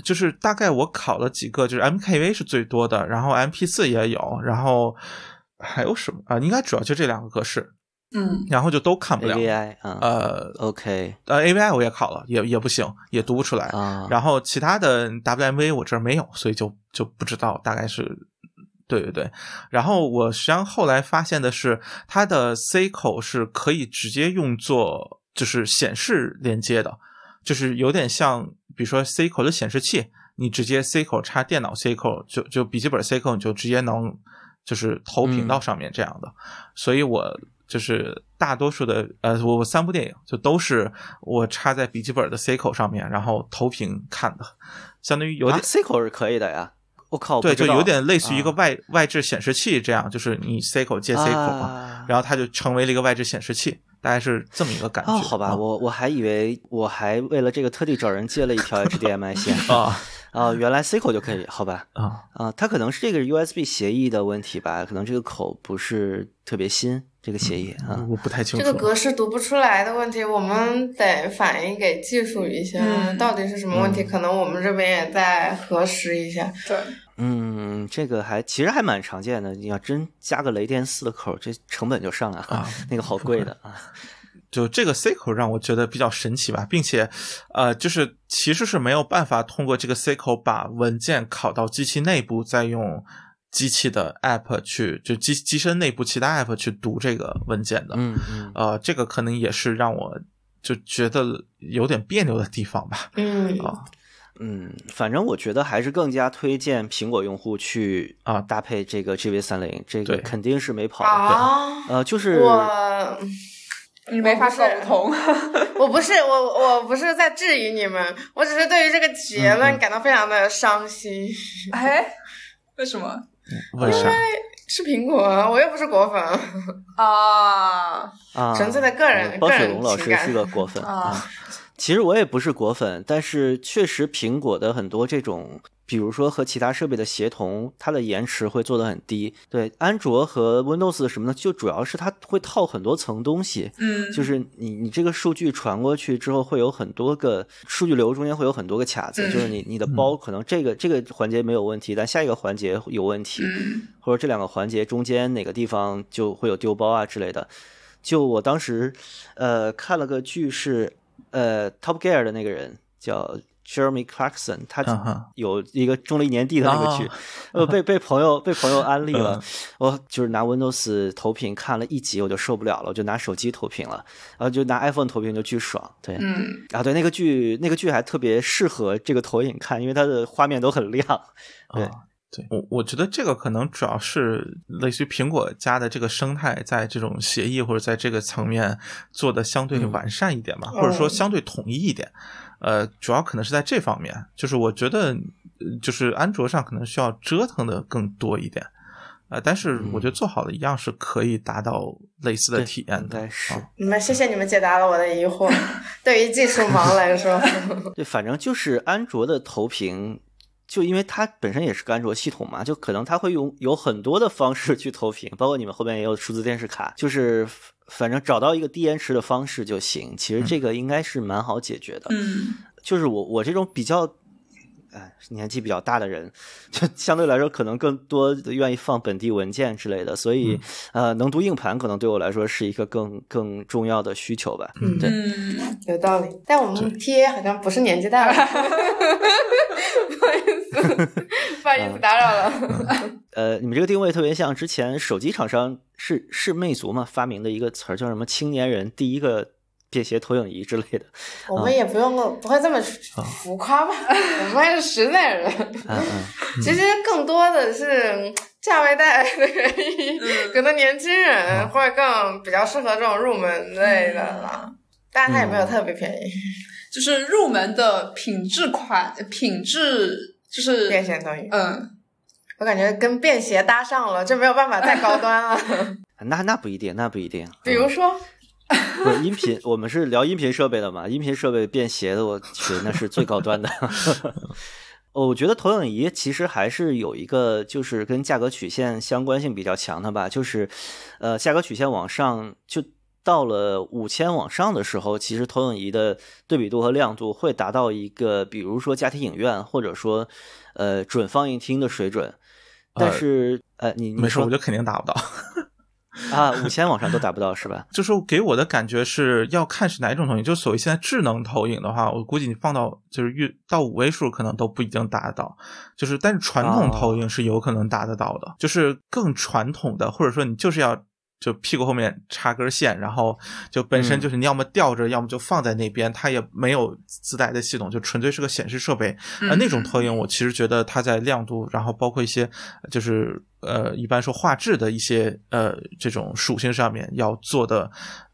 就是大概我考了几个，就是 MKV 是最多的，然后 MP 四也有，然后还有什么啊、应该主要就这两个格式，嗯然后就都看不了。 AVI 啊呃，OK 呃，AVI 我也考了，也也不行，也读不出来。啊，然后其他的 WMV 我这儿没有，所以就就不知道大概是。对对对，然后我实际上后来发现的是，它的 C 口是可以直接用作就是显示连接的，就是有点像，比如说 C 口的显示器，你直接 C 口插电脑 C 口，就就笔记本 C 口，你就直接能就是投嗯频道上面这样的。所以我就是大多数的呃，我我三部电影就都是我插在笔记本的 C 口上面，然后投屏看的，相当于有点、啊 C 口是可以的呀。我靠，对，不就知道有点类似于一个啊外、外置显示器这样，就是你 C 口接 C 口嘛，啊然后它就成为了一个外置显示器，大概是这么一个感觉。哦，好吧，啊我我还以为我还为了这个特地找人借了一 条 HDMI 线啊 啊，原来 C 口就可以，好吧？啊，啊，它可能是这个 USB 协议的问题吧，可能这个口不是特别新，这个协议啊。我不太清这楚。个格式读不出来的问题，我们得反映给技术一下，嗯到底是什么问题？可能我们这边也在核实一下。对，嗯，这个还其实还蛮常见的。你要真加个雷电四的口，这成本就上来了，啊那个好贵 的啊。就这个 C 口让我觉得比较神奇吧，并且，呃，就是其实是没有办法通过这个 C 口把文件拷到机器内部，再用机器的 app 去就机机身内部其他 app 去读这个文件的。嗯嗯呃，这个可能也是让我就觉得有点别扭的地方吧。嗯，啊嗯，反正我觉得还是更加推荐苹果用户去啊搭配这个 GV 三零，这个对肯定是没跑的。啊，呃，就是我你没法不是沟通。我不是我我不是在质疑你们，我只是对于这个结嗯论嗯感到非常的伤心。 哎，为什么为啥？是苹果，我又不是果粉， 啊？啊，纯粹的个人呃包个雪人龙老师情感是个果 粉啊啊。 其实我也不是果粉，但是确实苹果的很多这种，比如说和其他设备的协同，它的延迟会做得很低。对，安卓和 Windows 什么的，就主要是它会套很多层东西。嗯，就是你你这个数据传过去之后，会有很多个数据流中间会有很多个卡子，嗯就是你你的包可能这个这个环节没有问题，但下一个环节有问题，嗯或者这两个环节中间哪个地方就会有丢包啊之类的。就我当时呃看了个剧是呃 Top Gear 的那个人叫 Jeremy Clarkson，他嗯哼有一个中了一年地的那个剧，哦呃被被朋友被朋友安利了嗯，我就是拿 Windows 投屏看了一集我就受不了了，我就拿手机投屏了，然后就拿 iPhone 投屏就巨爽，对。嗯，啊，对，那个剧，那个剧还特别适合这个投影看，因为它的画面都很亮。对啊对我我觉得这个可能主要是类似于苹果家的这个生态，在这种协议或者在这个层面做的相对嗯完善一点吧，哦或者说相对统一一点。呃，主要可能是在这方面，就是我觉得，呃就是安卓上可能需要折腾的更多一点。呃，但是我觉得做好了一样是可以达到类似的嗯对体验的，应该是啊你们谢谢你们解答了我的疑惑。对于技术盲来说，对，反正就是安卓的投屏，就因为它本身也是个安卓系统嘛，就可能它会用有很多的方式去投屏，包括你们后边也有数字电视卡，就是反正找到一个低延迟的方式就行。其实这个应该是蛮好解决的。嗯，就是我我这种比较。哎，年纪比较大的人，就相对来说可能更多地愿意放本地文件之类的，所以、呃，能读硬盘可能对我来说是一个更更重要的需求吧。嗯对，嗯，有道理。但我们 TA 好像不是年纪大了，不好意思，不好意思打扰了。呃，你们这个定位特别像之前手机厂商是是魅族嘛发明的一个词儿，叫什么“青年人第一个便携投影仪”之类的。我们也不用不会这么浮夸吧？我们还是实在人。嗯嗯， 其实更多的是嗯价位带的原因，嗯可能年轻人嗯会更比较适合这种入门类的啦。但是它也没有特别便宜，就是入门的品质款，品质就是便携投影。嗯，我感觉跟便携搭上了，就没有办法再高端了。 那那不一定，那不一定。比如嗯说，不是音频，我们是聊音频设备的嘛，音频设备便携的，我去，那是最高端的。 哦我觉得投影仪其实还是有一个，就是跟价格曲线相关性比较强的吧，就是，呃，价格曲线往上就到了五千往上的时候，其实投影仪的对比度和亮度会达到一个，比如说家庭影院或者说，呃，准放映厅的水准。但呃是，呃，你你没事，说我就肯定达不到。啊，五千往上都达不到是 吧？就是给我的感觉是要看是哪一种投影，就所谓现在智能投影的话，我估计你放到就是越到五位数可能都不一定达得到，就是但是传统投影是有可能达得到的，就是更传统的，或者说你就是要就屁股后面插根线，然后就本身就是你要么吊着，要么就放在那边，它也没有自带的系统，就纯粹是个显示设备。嗯嗯呃，那种投影我其实觉得它在亮度，然后包括一些就是呃，一般说画质的一些呃这种属性上面要做的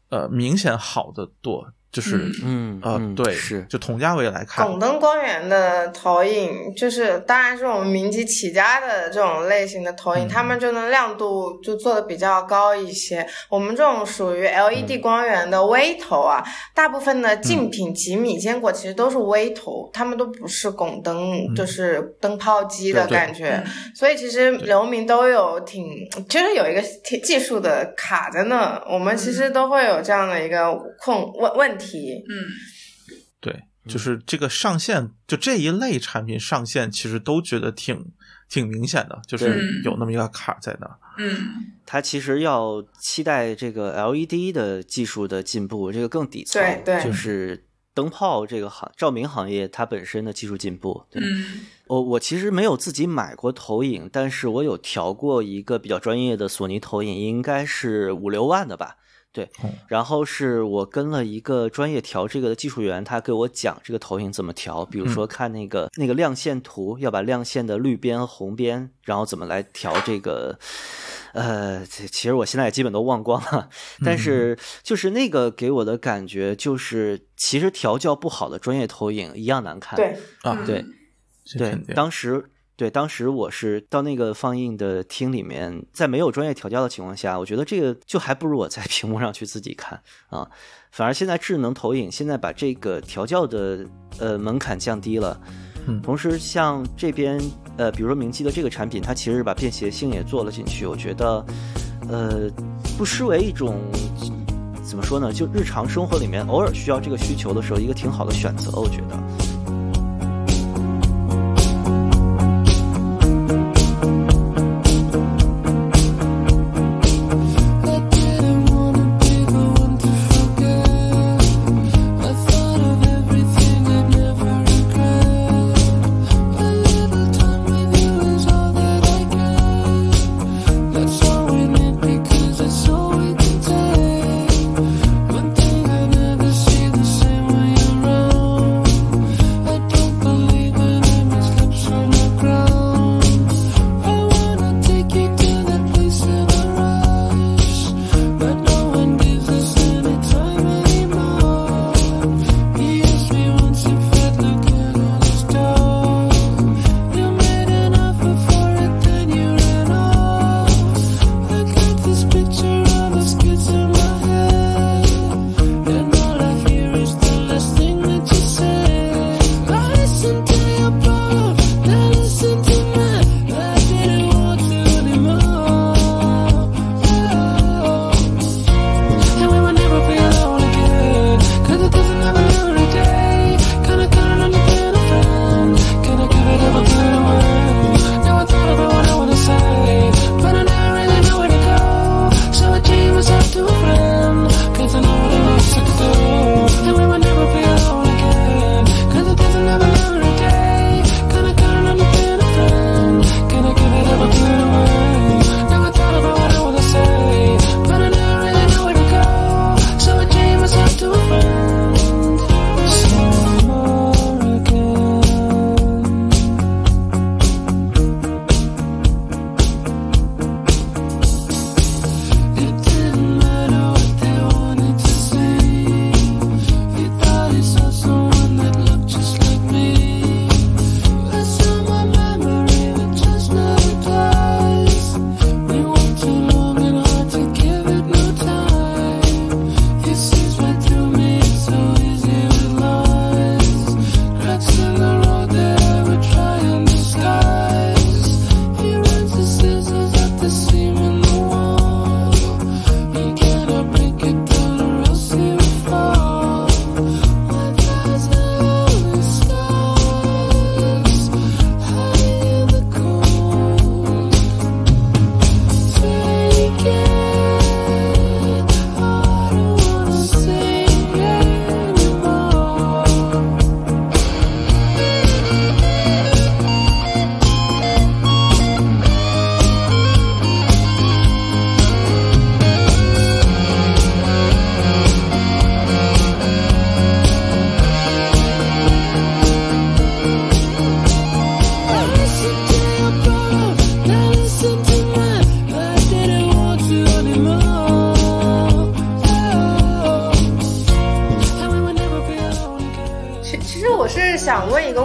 呃明显好的多，就是嗯呃嗯对是就同价位来看，拱灯光源的投影，就是当然是我们民机起家的这种类型的投影，嗯他们就能亮度就做的比较高一些。我们这种属嗯于 LED 光源的微投啊，大部分的竞品几米、坚果其实都是微投，他们都不是拱灯，嗯就是灯泡机的对嗯对感觉。所以其实流民都有挺，其实有一个挺技术的卡在那，我们其嗯实都会有这样的一个困问问题。嗯，对，嗯就是这个上限，就这一类产品上限，其实都觉得挺挺明显的，就是对有那么一个坎儿在那儿。嗯，它其实要期待这个 LED 的技术的进步，这个更底层，对对就是灯泡这个行照明行业它本身的技术进步。对，嗯，我哦我其实没有自己买过投影，但是我有调过一个比较专业的索尼投影，应该是五六万的吧。对哦，然后是我跟了一个专业调这个的技术员，他给我讲这个投影怎么调，比如说看那个、那个亮线图，要把亮线的绿边、红边，然后怎么来调这个。呃，其其实我现在也基本都忘光了，但是就是那个给我的感觉就是，其实调教不好的专业投影一样难看。对，啊，嗯对，这对肯，定当时对当时我是到那个放映的厅里面，在没有专业调教的情况下，我觉得这个就还不如我在 屏幕上去自己看啊。反而现在智能投影现在把这个调教的呃门槛降低了。嗯同时，像这边呃，比如说明基的这个产品，它其实把便携性也做了进去，我觉得，呃，不失为一种怎么说呢，就日常生活里面偶尔需要这个需求的时候，一个挺好的选择，我觉得。 I didn't wanna be the one to forget. I thought of everything I'd never regret. A little time with you is all that I get. That's all we need because it's all we can take. One thing I never see the same way around.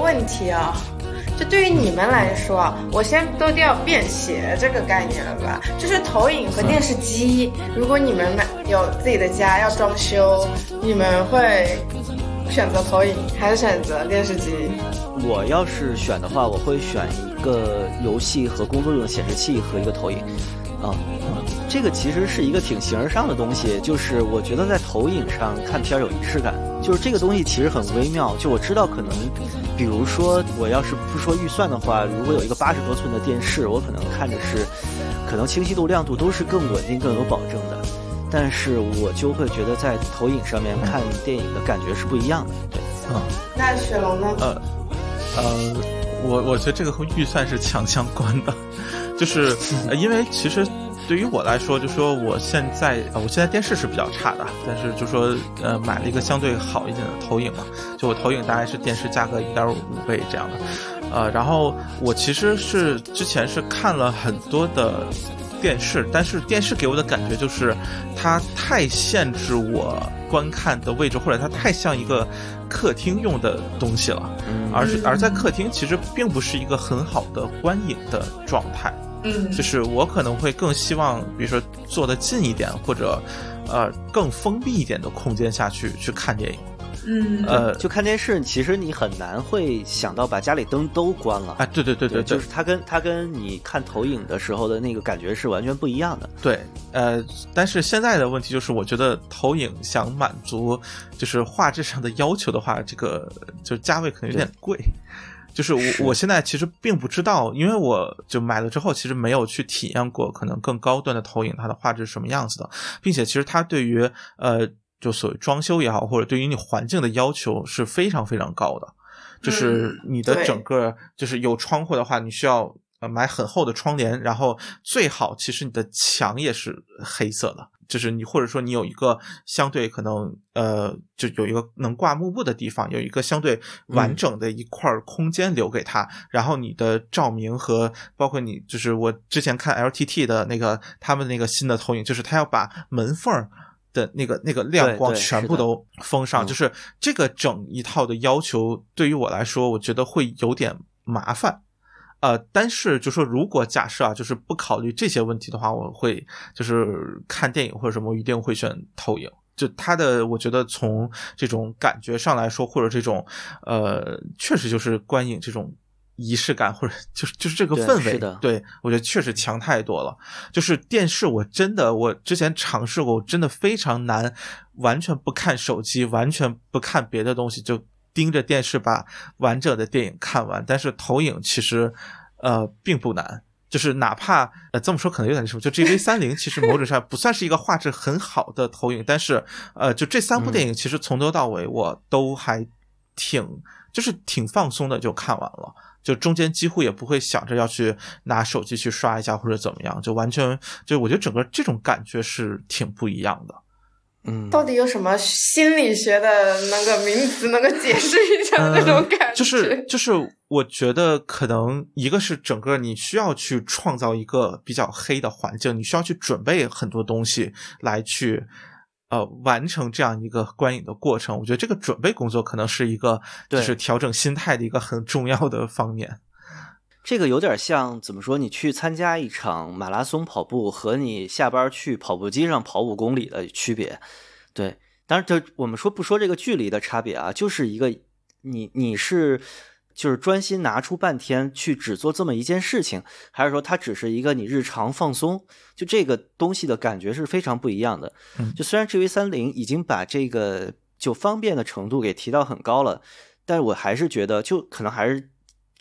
问题啊、就对于你们来说，我先丢掉便携这个概念了吧，就是投影和电视机。如果你们买有自己的家要装修，你们会选择投影还是选择电视机？我要是选的话，我会选一个游戏和工作用的显示器和一个投影，啊、这个其实是一个挺形而上的东西，就是我觉得在投影上看片儿有仪式感，就是这个东西其实很微妙。就我知道可能，比如说我要是不说预算的话，如果有一个八十多寸的电视，我可能看着是，可能清晰度、亮度都是更稳定、更有保证的。但是我就会觉得在投影上面看电影的感觉是不一样的，对。那雪龙呢？呃，呃，我我觉得这个和预算是强相关的，就是、呃、因为其实对于我来说，就说我现在、呃我现在电视是比较差的，但是就说呃买了一个相对好一点的投影嘛，就我投影大概是电视价格一点五倍这样的，呃，然后我其实是之前是看了很多的。电视，但是电视给我的感觉就是，它太限制我观看的位置，或者它太像一个客厅用的东西了。而是而在客厅其实并不是一个很好的观影的状态，嗯，就是我可能会更希望，比如说坐得近一点，或者呃更封闭一点的空间下去去看电影。嗯呃就看电视，其实你很难会想到把家里灯都关了。啊，对对对对对就是它跟它跟你看投影的时候的那个感觉是完全不一样的。对，呃，但是现在的问题就是，我觉得投影想满足就是画质上的要求的话，这个就价位可能有点贵。就是我是我现在其实并不知道，因为我就买了之后，其实没有去体验过可能更高端的投影它的画质是什么样子的，并且其实它对于呃就所谓装修也好，或者对于你环境的要求是非常非常高的。就是你的对整个就是有窗户的话，你需要呃买很厚的窗帘，然后最好其实你的墙也是黑色的，就是你或者说你有一个相对可能呃就有一个能挂幕布的地方，有一个相对完整的一块空间留给他，然后你的照明和包括你就是我之前看 LTT 的那个他们那个新的投影，就是他要把门缝儿的那个那个亮对光对全是部的都封嗯上，就是这个整一套的要求，对于我来说，我觉得会有点麻烦。呃，但是就说如果假设啊，就是不考虑这些问题的话，我会就是看电影或者什么，我一定会选投影。就它的，我觉得从这种感觉上来说，或者这种呃，确实就是观影这种仪式感，或者就是就是这个对氛是围，的对我觉得确实强太多了。就是电视，我真的我之前尝试过，我真的非常难，完全不看手机，完全不看别的东西，就盯着电视把完整的电影看完。但是投影其实，呃，并不难。就是哪怕呃这么说可能有点什么，就 G V 三零其实某种上不算是一个画质很好的投影，但是呃就这三部电影其实从头到尾我都还挺就是挺放松的就看完了。就中间几乎也不会想着要去拿手机去刷一下或者怎么样，就完全就我觉得整个这种感觉是挺不一样的。嗯，到底有什么心理学的那个名词能够解释一下 那种感觉？嗯呃就是就是，我觉得可能一个是整个你需要去创造一个比较黑的环境，你需要去准备很多东西来去。呃，完成这样一个观影的过程，我觉得这个准备工作可能是一个，就对是调整心态的一个很重要的方面。这个有点像怎么说？你去参加一场马拉松跑步和你下班去跑步机上跑五公里的区别。对，当然这我们说不说这个距离的差别啊，就是一个你你是就是专心拿出半天去只做这么一件事情，还是说它只是一个你日常放松？就这个东西的感觉是非常不一样的。嗯就虽然 GV 三零已经把这个就方便的程度给提到很高了，但是我还是觉得，就可能还是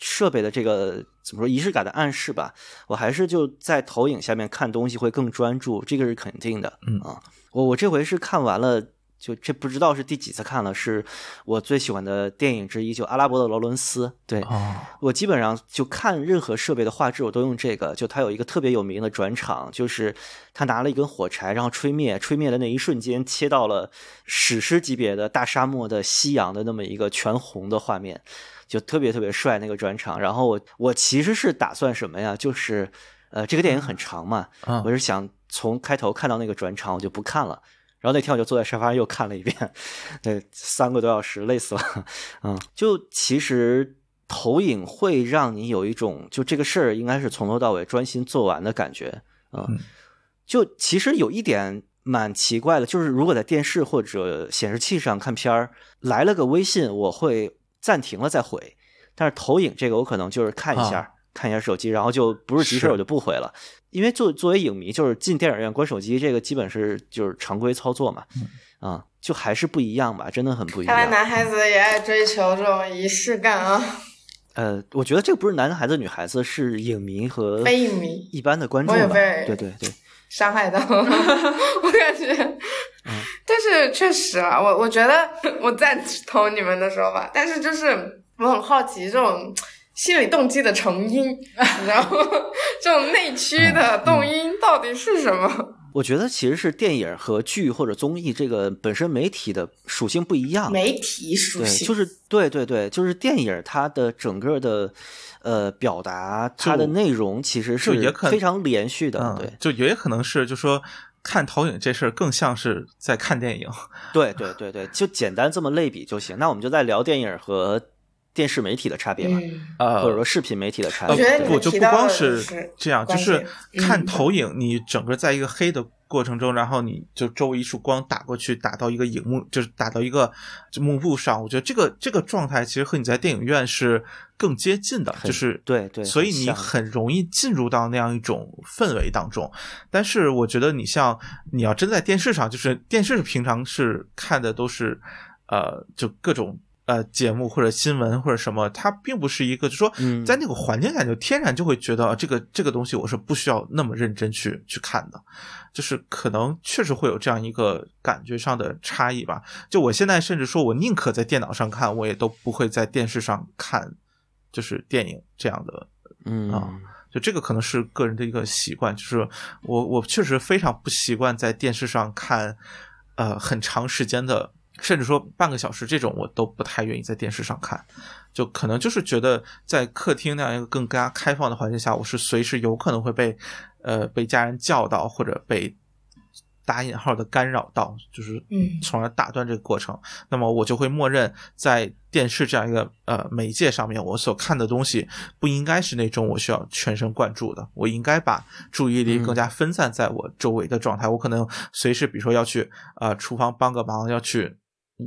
设备的这个怎么说仪式感的暗示吧，我还是就在投影下面看东西会更专注，这个是肯定的。嗯啊，我我这回是看完了。就这不知道是第几次看了，是我最喜欢的电影之一，就《阿拉伯的劳伦斯》。对，哦，我基本上就看任何设备的画质，我都用这个。就它有一个特别有名的转场，就是他拿了一根火柴，然后吹灭，吹灭的那一瞬间，切到了史诗级别的大沙漠的夕阳的那么一个全红的画面，就特别特别帅那个转场。然后我我其实是打算什么呀？就是呃，这个电影很长嘛，嗯我是想从开头看到那个转场，我就不看了。然后那天我就坐在沙发上又 看了一遍，对，三个多小时累死了。嗯，就其实投影会让你有一种就这个事儿应该是从头到尾专心做完的感觉啊、嗯就其实有一点蛮奇怪的，就是如果在电视或者显示器上看片儿，来了个微信，我会暂停了再回，但是投影这个我可能就是看一下。啊看一下手机，然后就不是急事是儿我就不回了，因为作作为影迷，就是进电影院关手机，这个基本是就是常规操作嘛，嗯啊、就还是不一样吧，真的很不一样。看来男孩子也爱追求这种仪式感啊。呃，我觉得这个不是男孩子、女孩子，是影迷和非影迷一般的观众我也吧？被对对对，伤害到，我感觉。嗯 但是确实啊，我我觉得我赞同你们的说法，但是就是我很好奇这种心理动机的 成因，你知道吗？这种内驱嗯的动因到底是什么？我觉得其实是电影和剧或者综艺这个本身媒体的属性不一样。媒体属啊对，性就是对对对，就是电影它的整个的呃表达，它的内容其实就是也可非常连续的。嗯，就也可能是就说看投影这事儿更像是在看电影， 对对对对对，就简单这么类比就行。那我们就再聊电影和电视媒体的差别吧，嗯，或呃者，说视频媒体的差呃我别。觉得你对不们就提不到的光是这样，就关是键看嗯投影，你整个在一个黑的过程中，然后你就周围一束光打过去，打到一个荧幕，就是打到一个就幕布上。我觉得这个这个状态其实和你在电影院是更接近的，很就是对对所以很你像很容易进入到那样一种氛围当中。但是我觉得你像你要真在电视上，就是电视平常是看的都是，呃，就各种呃节目或者新闻或者什么，它并不是一个就说嗯在那个环境下就天然就会觉得啊这个这个东西我是不需要那么认真去去看的，就是可能确实会有这样一个感觉上的差异吧。就我现在甚至说我宁可在电脑上看，我也都不会在电视上看，就是电影这样的嗯哦啊就这个可能是个人的一个习惯，就是我我确实非常不习惯在电视上看，呃，很长时间的，甚至说半个小时这种，我都不太愿意在电视上看。就可能就是觉得在客厅那样一个更加开放的环境下，我是随时有可能会被，呃，被家人叫到或者被打引号的干扰到，就是嗯从而打断这个过程。那么我就会默认在电视这样一个呃媒介上面，我所看的东西不应该是那种我需要全神贯注的，我应该把注意力更加分散在我周围的状态。我可能随时，比如说要去呃厨房帮个忙，要去。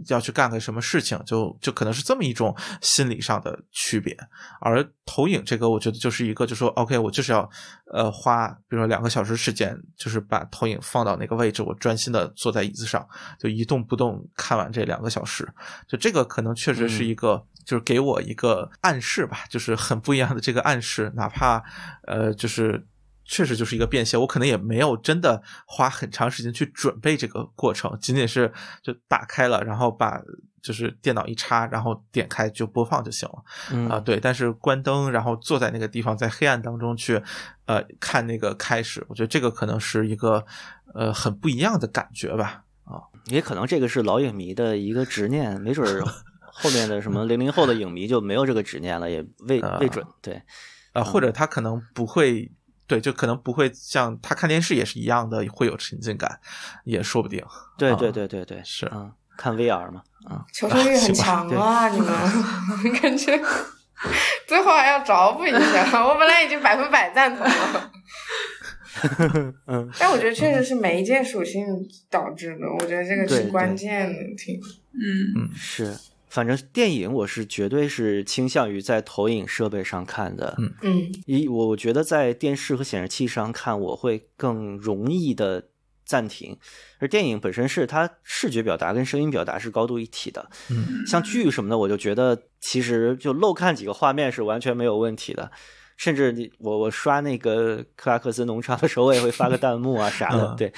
要去干个什么事情，就就可能是这么一种心理上的区别。而投影这个，我觉得就是一个，就说 OK，我就是要呃花，比如说两个小时时间，就是把投影放到那个位置，我专心的坐在椅子上，就一动不动看完这两个小时。就这个可能确实是一个，就是给我一个暗示吧，就是很不一样的这个暗示，哪怕呃就是。确实就是一个变现，我可能也没有真的花很长时间去准备这个过程，仅仅是就打开了，然后把就是电脑一插，然后点开就播放就行了。嗯啊，对，但是关灯，然后坐在那个地方，在黑暗当中去，呃，看那个开始，我觉得这个可能是一个，呃，很不一样的感觉吧。也可能这个是老影迷的一个执念，没 准儿后面的什么零零后的影迷就没有这个执念了，也未啊未准。对，呃，或嗯者他可能不会，对，就可能不会像他看电视也是一样的，会有沉浸感，也说不定。对啊对对对对，是嗯，看 VR 嘛，求生欲很强啊，你们感觉最后还要找补一下。我本来已经百分百赞同了， 嗯，但我觉得确实是媒介属性导致的，我觉得这个对是对关键的，挺嗯，是，反正电影我是绝对是倾向于在投影设备上看的，嗯嗯一我我觉得在电视和显示器上看，我会更容易的暂停，而电影本身是它视觉表达跟声音表达是高度一体的，嗯，像剧什么的，我就觉得其实就漏看几个画面是完全没有问题的。甚至你我我刷那个克拉克森农场的时候，我也会发个弹幕啊啥的，嗯对，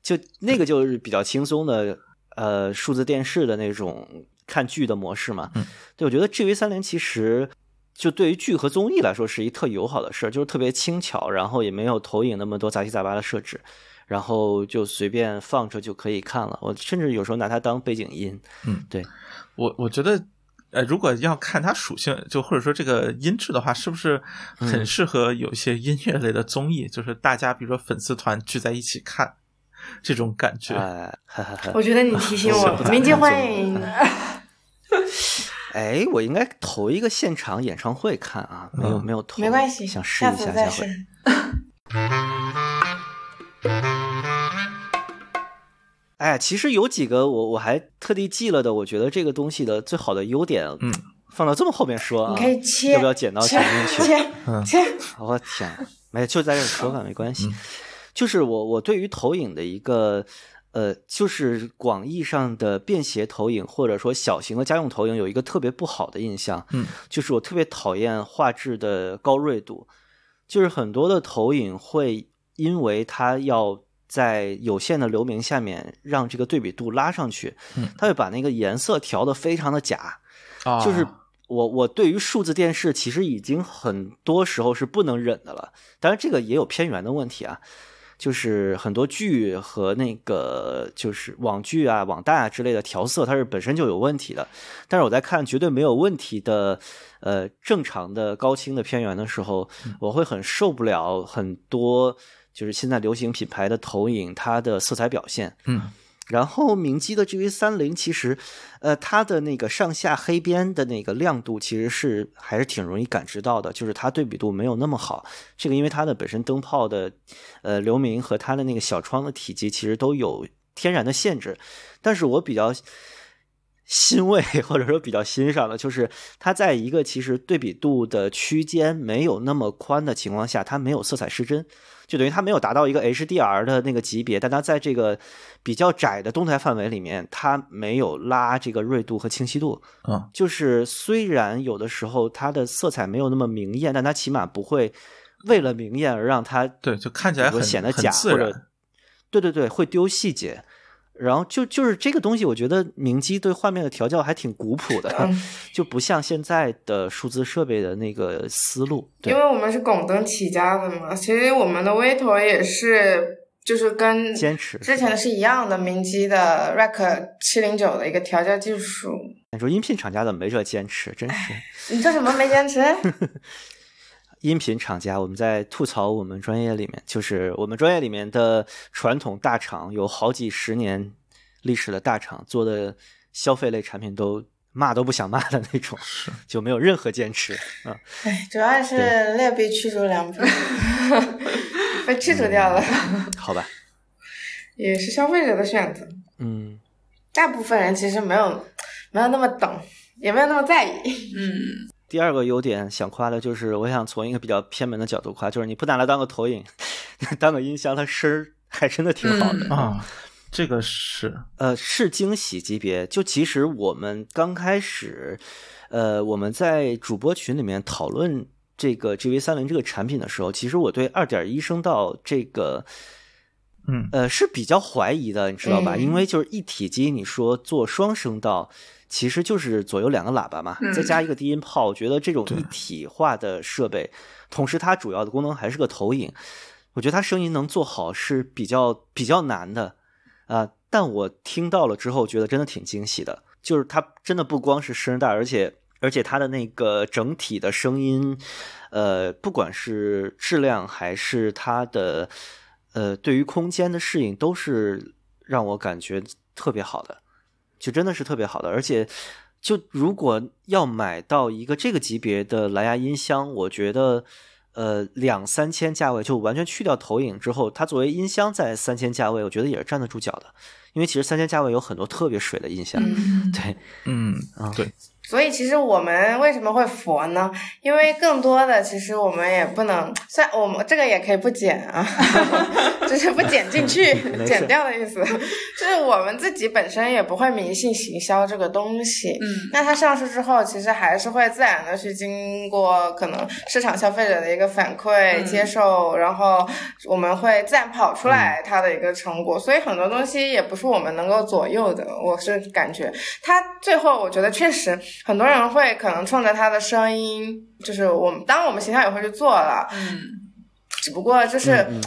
就那个就是比较轻松的，呃，数字电视的那种看剧的模式嘛。嗯对，我觉得 G V 三零其实就对于剧和综艺来说是一特友好的事儿，就是特别轻巧，然后也没有投影那么多杂七杂八的设置，然后就随便放着就可以看了。我甚至有时候拿它当背景音。我我觉得，呃，如果要看它属性，就或者说这个音质的话，是不是很嗯适合有一些音乐类的综艺？就是大家比如说粉丝团聚在一起看这种感啊觉。哎，哈哈哈。我觉得你提醒我我不咋，明看记欢综艺迎。哎，我应该投一个现场演唱会看啊，没有嗯没有投，没关系，想试下一次下再下试回。。哎，其实有几个我我还特地记了的，我觉得这个东西的最好的优点，嗯，放到这么后面说啊，你可以切，要不要剪到切前面去？切嗯切，我天，没就在这儿说 吧，没关系。就是我我对于投影的一个呃，就是广义上的便携投影或者说小型的家用投影有一个特别不好的印象，嗯，就是我特别讨厌画质的高锐度，就是很多的投影会因为它要。在有限的流明下面，让这个对比度拉上去，嗯它会把那个颜色调得非常的假，啊，就是我我对于数字电视其实已经很多时候是不能忍的了，当然这个也有偏源的问题啊，就是很多剧和那个就是网剧啊、网大啊之类的调色，它是本身就有问题的。但是我在看绝对没有问题的呃正常的高清的片源的时候，我会很受不了很多就是现在流行品牌的投影它的色彩表现， 嗯然后明基的 GV 三零其实，呃，它的那个上下黑边的那个亮度其实是还是挺容易感知到的，就是它对比度没有那么好。这个因为它的本身灯泡的，呃，流明和它的那个小窗的体积其实都有天然的限制。但是我比较欣慰或者说比较欣赏的就是，它在一个其实对比度的区间没有那么宽的情况下，它没有色彩失真。就等于它没有达到一个 HDR 的那个级别，但它在这个比较窄的动态范围里面，它没有拉这个锐度和清晰度。嗯就是虽然有的时候它的色彩没有那么明艳，但它起码不会为了明艳而让它对就看起来比如很显得很假自或者然对对对会丢细节。然后就就是这个东西，我觉得明基对画面的调教还挺古朴的嗯，就不像现在的数字设备的那个思路。对因为我们是拱灯起家的嘛，其实我们的微投也是，就是跟坚持之前是一样的，明基的 Rack 七零九的一个调教技术。你说音频厂家怎么没这坚持？真是。你这怎么 没坚持？哎音频厂家，我们在吐槽我们专业里面，就是我们专业里面的传统大厂，有好几十年历史的大厂做的消费类产品都骂都不想骂的那种，是就没有任何坚持啊。哎，主要是劣币驱逐 良币，被驱逐掉了，嗯好吧，也是消费者的选择。嗯，大部分人其实没有没有那么懂，也没有那么在意。嗯，第二个优点想夸的就是，我想从一个比较偏门的角度夸，就是你不拿来当个投影， 当个音箱，它声儿还真的挺好的嗯啊，这个是呃，是惊喜级别。就其实我们刚开始，呃，我们在主播群里面讨论这个 GV 三零这个产品的时候，其实我对二点一声道这个，嗯呃，是比较怀疑的，你知道吧？嗯因为就是一体机，你说做双声道。其实就是左右两个喇叭嘛，再嗯加一个低音炮。我觉得这种一体化的设备，同时它主要的功能还是个投影，我觉得它声音能做好是比较比较难的。啊，但我听到了之后，觉得真的挺惊喜的。就是它真的不光是声带，而且而且它的那个整体的声音，呃，不管是质量还是它的呃对于空间的适应，都是让我感觉特别好的，就真的是特别好的。而且，就如果要买到一个这个级别的蓝牙音箱，我觉得。呃，两三千价位就完全去掉投影之后，它作为音箱在三千价位，我觉得也是站得住脚的，因为其实三千价位有很多特别水的音箱，嗯对，嗯啊对所以其实我们为什么会佛呢？因为更多的其实我们也不能，虽然我们这个也可以不 剪啊， 只是不剪进去没事，剪掉的意思。就是我们自己本身也不会迷信行销这个东西，嗯那它上市之后，其实还是会自然的去经过可能市场消费者的一个反馈、嗯接受，然后我们会自然跑出来嗯它的一个成果。所以很多东西也不是我们能够左右的，我是感觉它最后，我觉得确实很多人会可能冲着它的声音，就是我们当然我们形象也会去做了，嗯，只不过就是。嗯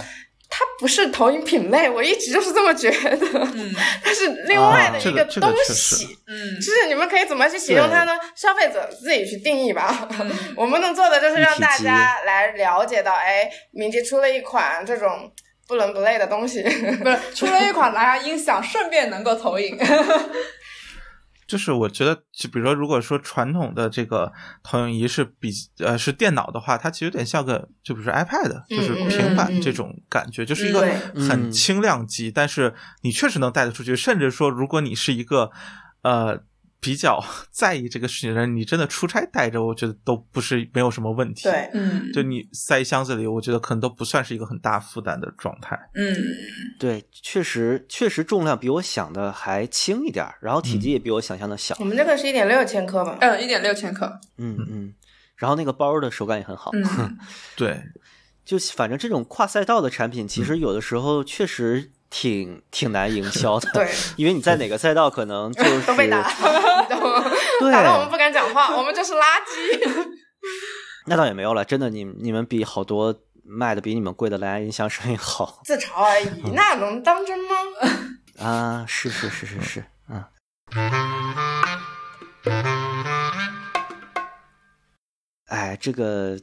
它不是投影品类，我一直就是这么觉得，嗯 它是另外的啊这一个这个东确实西。嗯就是你们可以怎么去形容它呢？消费者自己去定义吧。嗯 我们能做的就是让大家来了解到，哎，明基出了一款这种不伦不 类的东西。 不是出了一款蓝牙音响，顺便能够投影。就是我觉得，就比如说，如果说传统的这个投影仪是比呃是电脑的话，它其实有点像个就比如说 iPad，就是嗯嗯平板嗯这种感觉，就是一个对很轻量级，但是你确实能带得出去。甚至说，如果你是一个呃比较 在意这个事情的人，你真的出差带着，我觉得都不是没有什么问题。 对，嗯，就你塞箱子里，我觉得可能都不算是一个很大负担的状态。嗯，对，确实确实重量比我想的还轻一点儿，然后嗯体积也比我想象的小我。们这个是一点六千克吧？呃，一点六千克，嗯嗯，然后那个包的手感也很好。嗯对，就反正这种跨赛道的产品，嗯其实有的时候确实挺挺难营销的。对，因为你在哪个赛道可能就是 都被打，你懂吗？对打到我们不敢讲话，我们就是垃圾。那倒也没有了，真的，你你们比好多卖的比你们贵的蓝牙音箱生意好 自嘲而已，嗯那能当真吗？啊！是是是是是，嗯。哎，这个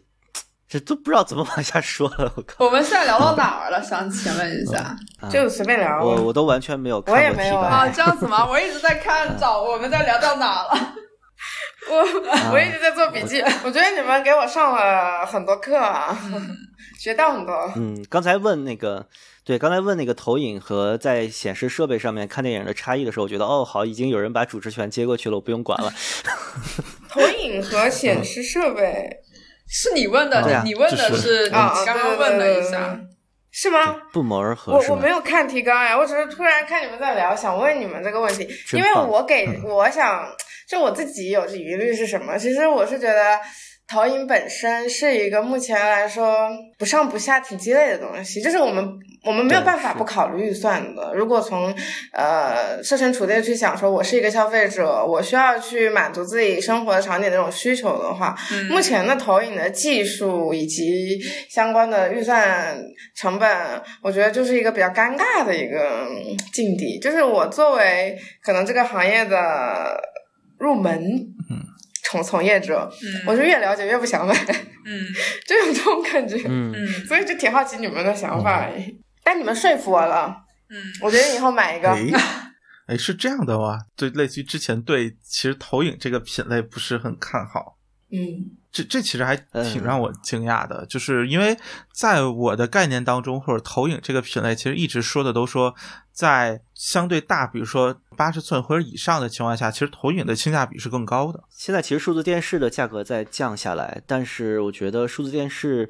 这都不知道怎么往下说了，我靠！ 我们现在聊到哪儿了？想请问一 下，啊就随便聊。我我都完全没有看我也过没提哎有纲啊啊，这样子吗？我一直在看找我们在聊到哪了。 我我一直在做笔记，啊我觉得你们给我上了很多课啊， 学到很多。嗯，刚才问那个，对，刚才问那个投影和在显示设备上面看电影的差异的时候，我觉得哦，好，已经有人把主持权接过去了，我不用管了。投影和显示设备 是你问的，对啊你问的就是是你啊啊，刚刚问了一下，是吗？不谋而合我是我吗没？有看提纲哎，我只是突然看你们在聊，想问你们这个问题，真因为棒嗯我给我想就我自己有疑虑是什么？其实我是觉得投影本身是一个目前来说不上不下、挺鸡肋的东西，就是我们我们没有对办法是不考虑预算的。如果从呃设身处地地去想，说我是一个消费者，我需要去满足自己生活场景的这种需求的话，嗯目前的投影的技术以及相关的预算成本，我觉得就是一个比较尴尬的一个嗯境地。就是我作为可能这个行业的入门嗯从从业者，嗯我是越了解越不想买，嗯 就有这种感觉。嗯，嗯所以就挺好奇你们的想法嗯而已。但你们说服我了，嗯我决定以后买一个。诶，哎，是这样的哇，就类似于之前对其实投影这个品类不是很看好，嗯这这其实还挺嗯让我惊讶的，就是因为在我的概念当中，或者投影这个品类，其实一直说的都说在相对大，比如说八十寸或者以上的情况下，其实投影的性价比是更高的。现在其实数字电视的价格在降下来，但是我觉得数字电视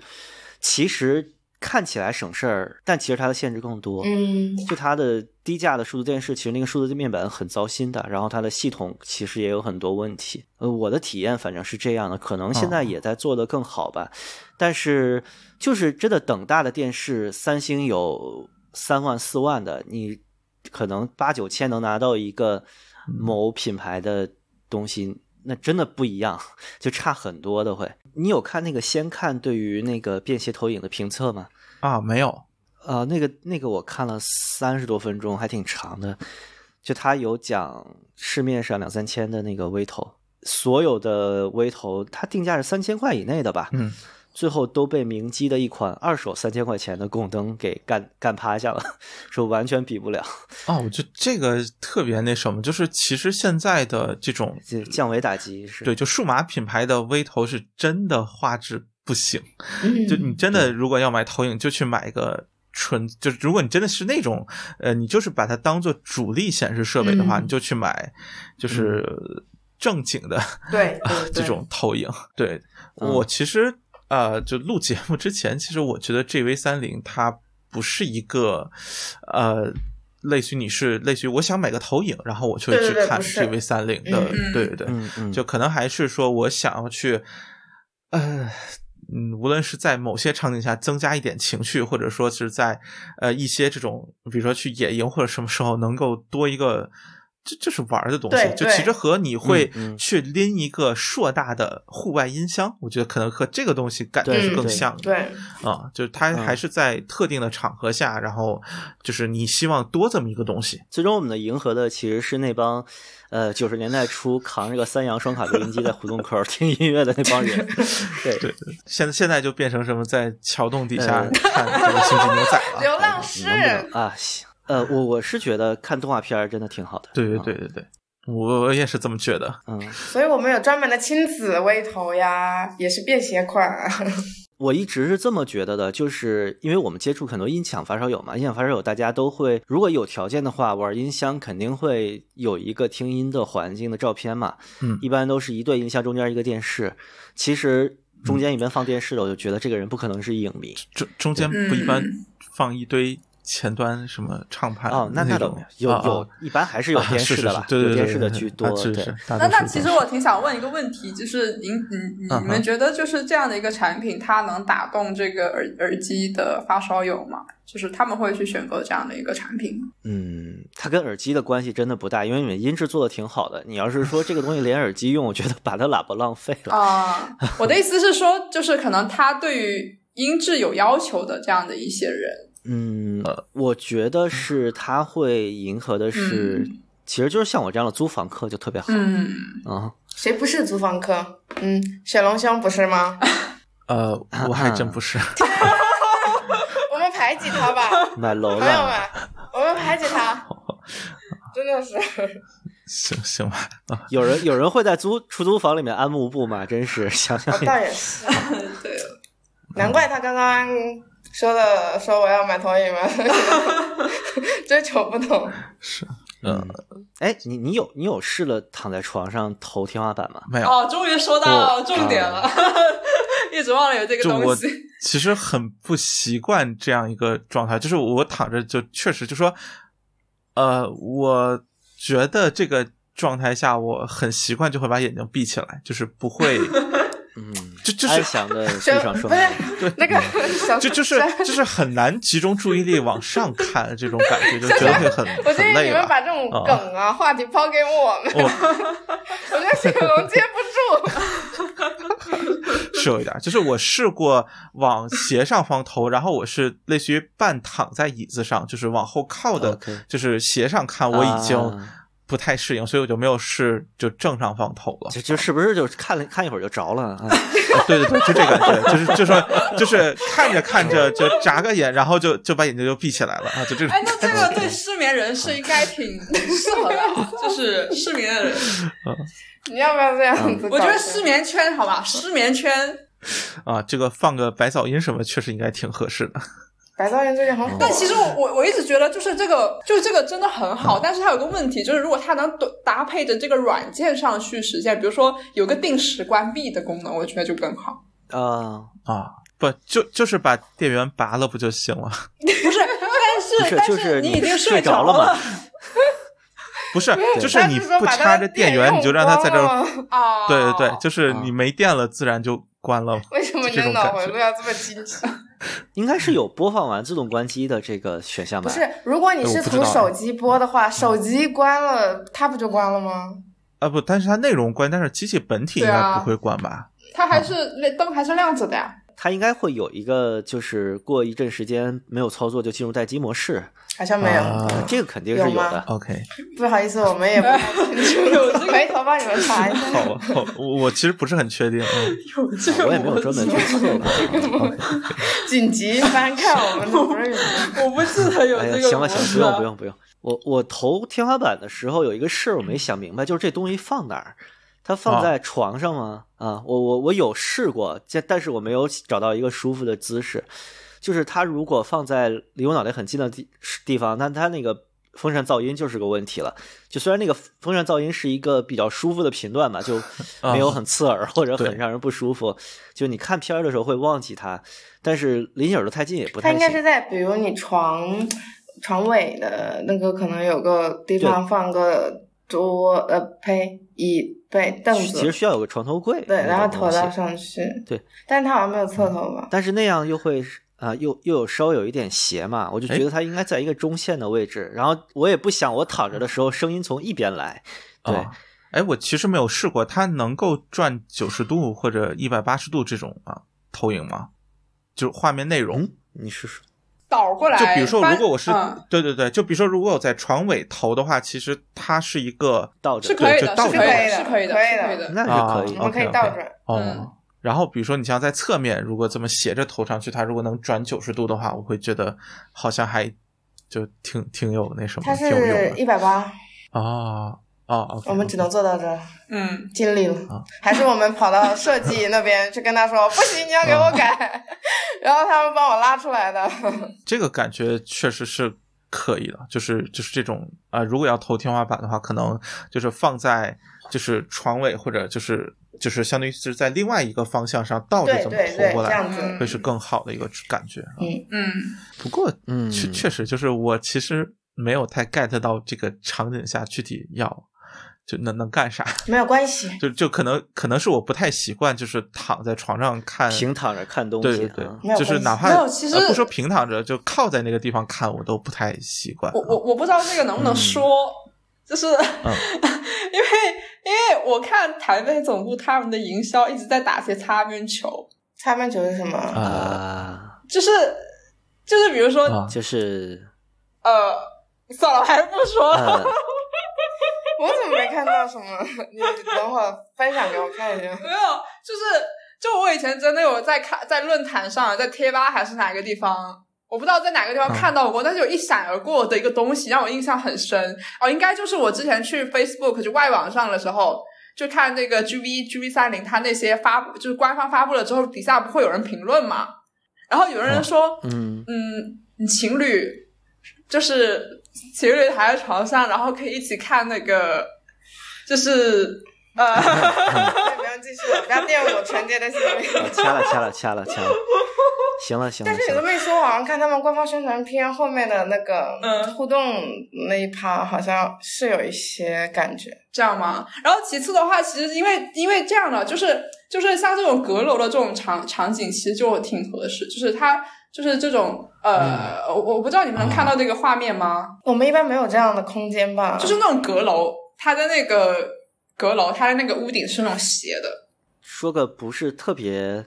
其实看起来省事儿，但其实它的限制更多。嗯就它的低价的数字电视，其实那个数字面板很糟心的，然后它的系统其实也有很多问题。呃，我的体验反正是这样的，可能现在也在做得更好吧，但是就是真的等大的电视，三星有三万四万的，你可能八九千能拿到一个某品牌的东西，那真的不一样， 就差很多的会。你有看那个先看对于那个便携投影的评测吗？啊，没有，呃，那个那个我看了三十多分钟，还挺长的。就他有讲市面上两三千的那个微投，所有的微投，它定价是三千块以内的吧？嗯，最后都被明基的一款二手三千块钱的供灯给干干趴下了， 说完全比不了。哦，我觉得这个特别那什么，就是其实现在的这种这降维打击是对，就数码品牌的微投是真的画质不行。嗯就你真的如果要买投影，就去买一个纯，就是如果你真的是那种，呃，你就是把它当做主力显示设备的话，嗯你就去买，就是正经的、对啊这种投影。对我其实呃，就录节目之前，其实我觉得 GV 三零它不是一个呃。类似于你是类似于我想买个投影，然后我就会对去对对看不是 GV 三零的，嗯嗯对对对，嗯嗯，就可能还是说我想要去，呃，嗯，无论是在某些场景下增加一点情绪，或者说是在呃一些这种，比如说去野营或者什么时候能够多一个。这这是玩儿的东西对，就对其实和你会嗯嗯去拎一个硕大的户外音箱，我觉得可能和这个东西感觉对是更对像的。对，啊，就是它嗯还是在特定的场合下，然后就是你希望多这么一个东西。最终我们的迎合的其实是那帮，呃，九十年代初扛着个三洋双卡录音机在胡同口儿听音乐的那帮 人。对，对，现在现在就变成什么在桥洞底下呃看这个星际牛仔了。流浪师啊能不能啊？行，呃，我我是觉得看动画片儿真的挺好的。对对嗯对对对，我我也是这么觉得。嗯，所以我们有专门的亲子微头呀，也是便携款啊。 我一直是这么觉得的，就是因为我们接触很多音响发烧友嘛，音响发烧友大家都会，如果有条件的话，玩音箱肯定会有一个听音的环境的照片嘛。嗯一般都是一对音箱中间一个电视，其实中间一边放电视的，我就觉得这个人不可能是影迷。中中间嗯不一般放一堆前端什么唱盘哦，那那倒种没有，有啊有啊，一般还是有啊电是视是的是吧，对有对对电视的居多。啊是对是，大多那那数其都实是我挺想问一个问题，就是您你你嗯你哼们觉得就是这样的一个产品，它能打动这个耳耳机的发烧友吗？就是他们会去选购这样的一个产品吗？嗯，它跟耳机的关系真的不大，因为你们音质做的挺好的。你要是说这个东西连耳机用，我觉得把它喇叭浪费了。 啊、我的意思是说，就是可能他对于音质有要求的这样的一些人，嗯，我觉得是它会迎合的是，其实就是像我这样的租房客就特别好嗯，啊。谁不是租房客？嗯，雪龙兄不是 吗？呃，我还嗯真 不是，我们排挤他吧，朋买楼友了，们，我们排挤 他。真的是，行行吧，啊，有人有人会在租出租房里面安幕布吗？真是想想哦也倒也 是，对，难怪他刚刚说的说我要买投影 嘛，追求不同。是，嗯，哎，你你有你有试了躺在床上投天花板吗？没有，哦，终于说到重点了，啊 一直忘了有这个就东我西。 其实很不习惯这样一个状态，就是我躺着就确实就说，呃，我觉得这个状态下我很习惯就会把眼睛闭起来，就是不 会，嗯，就就安是详的就睡上不双是眼。那个小 就就是 就是很难集中注意力往上看这种感觉，就觉得会很 我建很议你累哦们吧把。这种梗啊、话题抛给我们，我哦 我觉得雪龙接不住。是有一点儿，就是我试过往斜上方投，然后我是类似于半躺在椅子上，就是往后靠的 OK 就是斜上看，我已经啊不太适应，所以我就没有试就正上方投了。这就是不是就是看了看一会儿就着了啊？啊对对对，就这感觉，就是就说就是看着看着就眨个眼，然后就就把眼睛就闭起来了啊，就这种。哎，那这个嗯对失眠人士应该 挺适合的，就是失眠的人。你要不要这嗯样子搞？我觉得失眠圈好吧，失眠圈。啊，这个放个白噪音什么确实应该挺合适的。白噪音最近很火，但其实我我我一直觉得就是这个就是这个真的很嗯好，但是它有个问题，就是如果它能搭搭配着这个软件上去实现，比如说有个定时关闭的功能，我觉得就更好。 啊，啊，不就就是把电源拔了不就行了？不是，不是但是但就是你已经睡着着了嘛？不是，就是但你是说不把它插着电源，你就让它在这电用哦儿光了啊，对对哦对，就是你没电了，自然就关了。为什么你这的种脑感回路觉？哎要这么精 致？应该是有播放完自动关机的这个选项吧？不是，如果你哎嗯是我不知从道手机播的话，手机关了，它不就关了吗？啊，不，但是它内容关，但是机器本体应对啊该不会关吧？它还是那灯还是亮着的呀。它应该会有一个，就是过一阵时间没有操作就进入待机模式，好像没有，啊呃这个肯定是有有吗的。 OK，不好意思，我们也不太清 有这楚，个回头帮你们查一下。 好吧，好，我我其实不是很确 定。嗯有这啊我也没有专 门去测过。紧急翻看我们的 brief， 我不记得有哎呀，这个。行了行了，不用啊不。用不用。我我投天花板的时候有一个事儿我没想嗯明白，就是这东西放哪儿？它放啊在床上吗？啊，我我我有试过，但但是我没有找到一个舒服的姿势。就是它如果放在离我脑袋很近的地地方，那它那个风扇噪音就是个问题了。就虽然那个风扇噪音是一个比较舒服的频段吧， 就没有很刺耳或者很啊对让人不舒服。就你看片儿的时候会忘记它，但是离你耳朵太近也不太它行。应该是在比如你床床尾的那个可能有个地方放个桌呃呸椅背凳其实子，需要有个床头柜，对，然后投投到。上去。对，但是它好像没有嗯侧头吧？但是那样又会啊、呃又又有稍微有一点斜嘛，我就觉得它应该在一个中线的位置。然后我也不想我躺着的时候声音从一边来，对，哦哎，我其实没有试过，它能够转九十度或者一百八十度这种啊投影吗？就是画面内容。嗯，你试试。倒过来，就比如说，翻如果我是、嗯对对对，就比如说，如果我在床尾投的话，其实它是一个倒着是可以对的，就是倒可着以的，来是可以的，可以是的可以的。那是可以啊我们可以 OK，OK 倒转。哦。嗯然后比如说你像在侧面，如果这么斜着投上去，它如果能转九十度的话，我会觉得好像还就挺挺有那什么，它挺有用是的一百八，啊、哦哦，OK，我们只能做到这儿，嗯，尽力了啊。还是我们跑到设计那边去跟他说，不行，你要给我嗯改，然后他们帮我拉出来的。这个感觉确实是可以的，就是就是这种啊、呃如果要投天花板的话，可能就是放在就是床尾或者就是就是相当于是在另外一个方向上倒着对这么对对，投过这来，样子，嗯会是更好的一个感觉。嗯，不过，嗯确确实就是我其实没有太 get 到这个场景下具体要就能能干啥，没有关系。就就可能可能是我不太习惯，就是躺在床上看平躺着看东对西对啊，没有关对，就是系哪怕没有其实呃不说平躺着，就靠在那个地方看，我都不太习惯。我我我不知道这个能嗯不能说，就是、 因为因为我看台北总部他们的营销一直在打些擦边球，擦边球是什么？啊，就是就是比如说、啊就是呃，算了，我还是不说啊了。呃，我怎么没看到什么？你等会儿分享给我看一下。 没有，就是就我以前真的有在看，在论坛上，在贴吧还是哪个地方，我不知道在哪个地方嗯看到过，但是有一闪而过的一个东西让我印象很深。哦，应该就是我之前去 Facebook 就外网上的时候。就看那个 G V G V 三零，它那些发布就是官方发布了之后，底下不会有人评论嘛？然后有人说，嗯， 嗯，情侣就是情侣躺在床上，然后可以一起看那个，就是呃，对，不要继续了，不要玷污我纯洁的心灵。啊掐了掐了掐了掐了，行了行了但是行你都了，没说，我好像看他们官方宣传片后面的那个嗯互动那一趴，好像是有一些感觉。这样吗？然后其次的话，其实因为因为这样的，就是就是像这种阁楼的这种场场景，其实就挺合适。就是它就是这种呃，嗯我我不知道你们能看到这个画面吗？我们一般没有这样的空间吧？就是那种阁楼，它的那个阁楼，它的那个屋顶是那种斜的。说个不是特别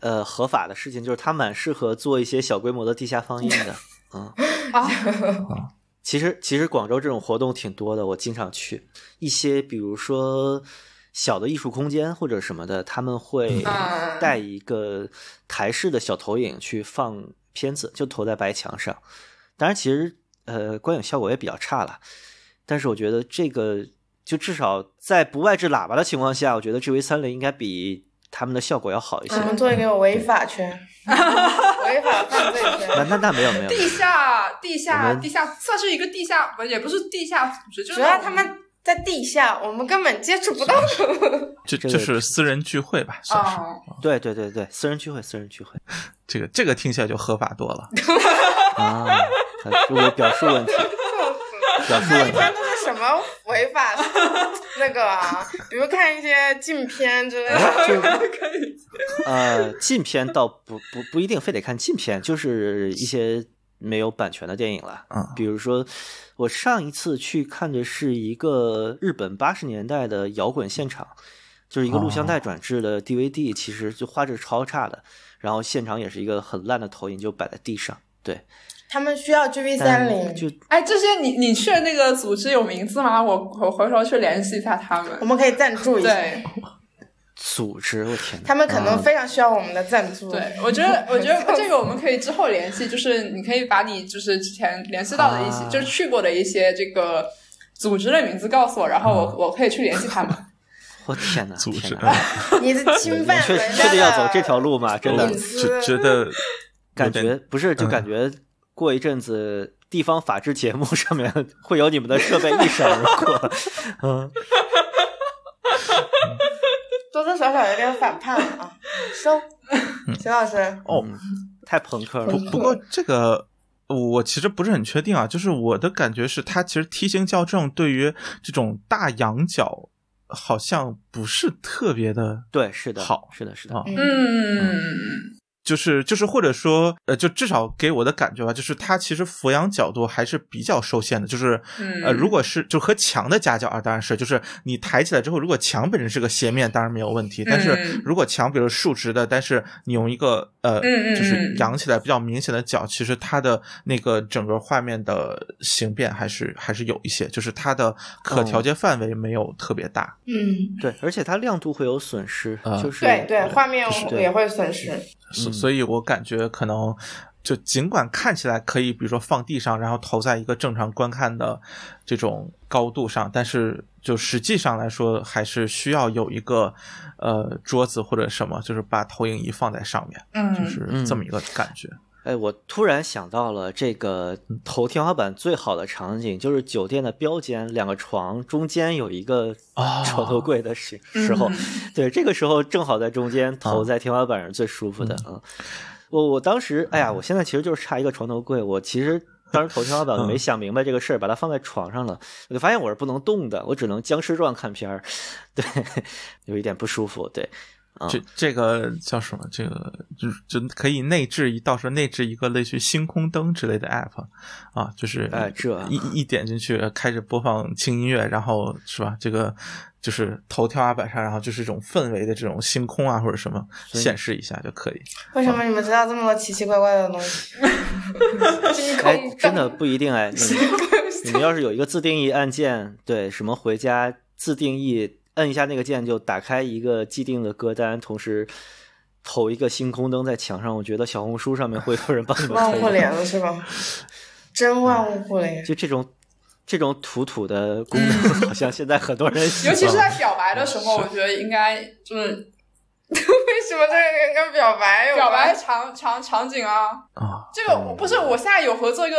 呃合法的事情，就是它蛮适合做一些小规模的地下放映的，嗯。啊， 其实其实广州这种活动挺多的，我经常去一些，比如说小的艺术空间或者什么的，他们会嗯带一个台式的小投影去放片子，就投在白墙上。当然，其实呃观影效果也比较差了，但是我觉得这个就至少在不外置喇叭的情况下，我觉得 G V 三零应该比他们的效果要好一些。我们做一个违法 圈，违法犯罪那圈。那那没有没有，地下地我下们地下，算是一个地下，不也不是地下组织，就主是那要种他们在地下，我们根本接触不到。就这就个是私人聚会吧，算是、哦，对对对对，私人聚会私人聚会。这个这个听起来就合法多了。啊，我表述问题，表述那问一题。般都是什么违法那个啊？比如看一些禁片之类哎 的。 呃，禁片倒不不不一定非得看禁片，就是一些没有版权的电影了。嗯比如说我上一次去看的是一个日本八十年代的摇滚现场，就是一个录哦像带转制的 DVD，、其实就画质超差的，然后现场也是一个很烂的投影，就摆在地上。对，他们需要 GB 三但零，就哎，这些你你去的那个组织有名字吗？我我回头去联系一下他我们。们可以赞助一下。对，组织，我天哪，他们可能啊非常需要我们的赞助。对，我觉 得，我觉得这个我们可以之后联系，就是你可以把你就是之前联系到的一些，啊就是去过的一些这个组织的名字告诉我，然后我、嗯我可以去联系他们。我天哪，组织 天哪你是侵犯确人家确定要走这条路吗？真的我隐私只觉得感有觉点嗯不是，就感觉过一阵子地方法制节目上面会有你们的设备一闪而过。 嗯，多多少少有点反叛了啊。收，嗯邢老师，哦。太朋克了不。不过这个我其实不是很确定啊，就是我的感觉是，它其实梯形校正对于这种大仰角好像不是特别的对，是的，好是的，是的啊，，嗯，嗯，就是就是或者说呃，就至少给我的感觉吧，就是它其实俯仰角度还是比较受限的，就是嗯呃，如果是就和墙的夹角啊，当然是就是你抬起来之后，如果墙本身是个斜面，当然没有问题，但是嗯如果墙比如竖直的，但是你用一个呃嗯嗯就是嗯扬起来比较明显的角，其实它的那个整个画面的形变还是还是有一些，就是它的可哦调节范围没有特别大，嗯，对，而且它亮度会有损失啊，就是对对，画面就是也会损失。所、嗯所以我感觉可能。就尽管看起来可以，比如说放地上，然后投在一个正常观看的这种高度上，但是就实际上来说，还是需要有一个呃桌子或者什么，就是把投影仪放在上面，嗯就是这么一个感觉。哎，我突然想到了这个嗯投天花板最好的场景，就是酒店的标间，两个床中间有一个啊床头柜的时嗯时候，对，这个时候正好在中间投在天花板上是最舒服的啊。我我当时，哎呀，我现在其实就是差一个床头柜，我其实。当时投天花板，我没想明白这个事儿，把它放在床上了，我就发现我是不能动的，我只能僵尸状看片儿，对， 有一点不舒服，对，啊这这个叫什么？这个就就可以内置一，到时候内置一个类似于星空灯之类的 app 啊，就是哎这一一点进去呃开始播放轻音乐，然后是吧？这个就是头天花板上，然后就是一种氛围的这种星空啊或者什么以显示一下就可以。为什么你们知道这么多奇奇怪怪的东西？惊哎恐，真的不一定哎，你们你们要是有一个自定义按键，对，什么回家自定义，摁一下那个键就打开一个既定的歌单，同时投一个星空灯在墙上，我觉得小红书上面会有人帮你们万物互推联的。嗯了是吧？真万物互联。就这种这种土土的功能， 好像现在很多人喜嗯尤欢，其是在表白的时候，我觉得应该就是为什么这个跟表白有表白关？场场场景啊，啊，这个我嗯不是我现在有合作一个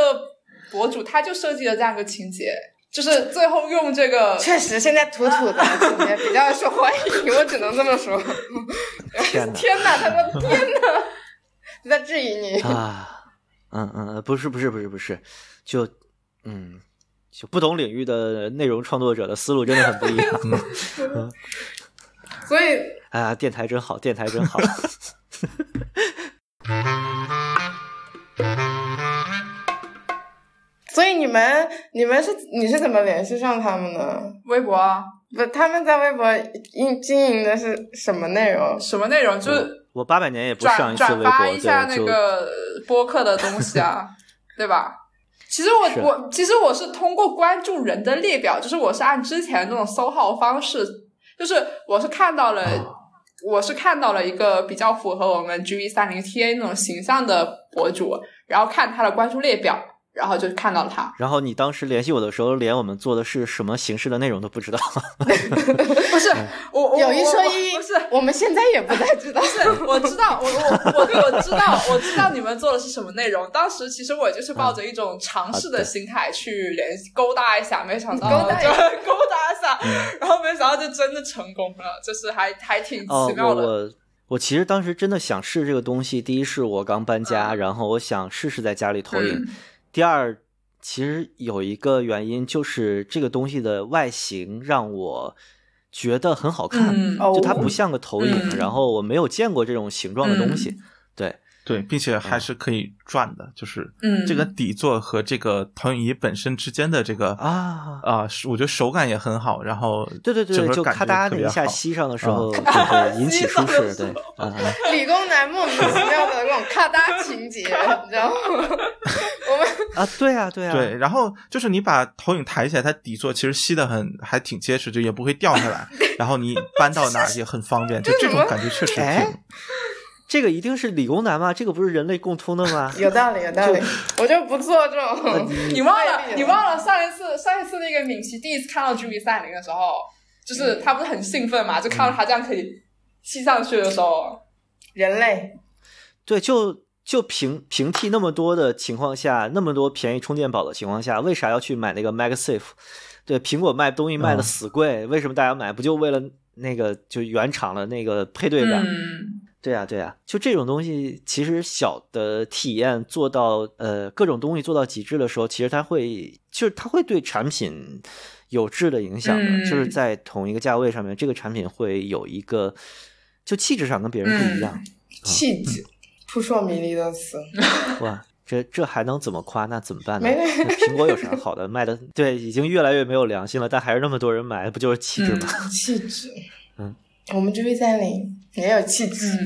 博主，他就设计了这样一个情节，就是最后用这个确实，现在土土的情节比较受欢迎，我只能这么 说。天哪天哪，他说天哪，在质疑你。啊，嗯嗯，嗯不是不是不是不是，就嗯。就不同领域的内容创作者的思路真的很不一样嗯所以 啊！电台真好，电台真 好。所以你们你们是你是怎么联系上他们的？微博啊，不，他们在微博经经营的是什么内容？什么内容，就是我八百年也不上一转次转微发博，一下对，那就个播客的东 西啊，对吧？其实我是我其实我是通过关注人的列表，就是我是按之前那种搜号方式，就是我是看到了。啊我是看到了一个比较符合我们 G V 三零 T A 那种形象的博主，然后看他的关注列表，然后就看到了他，然后你当时联系我的时候，连我们做的是什么形式的内容都不知道。不是哎我我有一我说我一不是我们现在也不太知道。是，我知道，我我我我知道，我知道你们做的是什么内容。当时其实我就是抱着一种尝试的心态去联系勾搭一下，没想到啊嗯勾搭一就下嗯勾搭一下，然后没想到就真的成功了，就是还还挺 哦奇，我妙的。我我其实当时真的想试这个东西，第一是我刚搬家，然后我想试试在家里投影；嗯第二，其实有一个原因就是这个东西的外形让我觉得很好看，嗯就它哦不像个投影，嗯然后我没有见过这种形状的东西。对，对，并啊且还是可以转的，就是嗯这个底座和这个投影仪本身之间的这个啊啊，是我觉得手感也很好，然后对对对，整个就感咔觉嗒特那别一下好吸上的时啊 候，就会引吸起舒上的适。时对，啊，啊 理工男莫名其妙的那种咔嗒情 节，你知道吗？我们？啊，对啊，对啊，对，然后就是你把投影抬起来，它底座其实吸的很，还挺结实，就也不会掉下 来。然后你搬到哪儿也很方便，就这种感觉确实挺哎。这个一定是理工男吗？这个不是人类共通的 吗有道理，有道理，我就不做这种。你忘太了厉害了你忘了上一次上一次那个敏琪第一次看到 G B 三零的时候，就是嗯他不是很兴奋嘛，就看到他这样可以吸上去的时候，人类对，就就平平替那么多的情况下，那么多便宜充电宝的情况下，为啥要去买那个 MagSafe？对，苹果卖东西卖的嗯死贵，为什么大家买？不就为了那个就原厂的那个配对感？嗯，对呀、对呀、就这种东西，其实小的体验做到呃各种东西做到极致的时候，其实它会就是它会对产品有质的影响的，嗯就是在同一个价位上面，这个产品会有一个就气质上跟别人不嗯一样。气质，扑朔迷离的词。哇，这这还能怎么夸？那怎么办呢？没那苹果有啥好的卖的？对，已经越来越没有良心了，但还是那么多人买，不就是气质吗？气质，嗯，我们 G B 三零也有气质。嗯。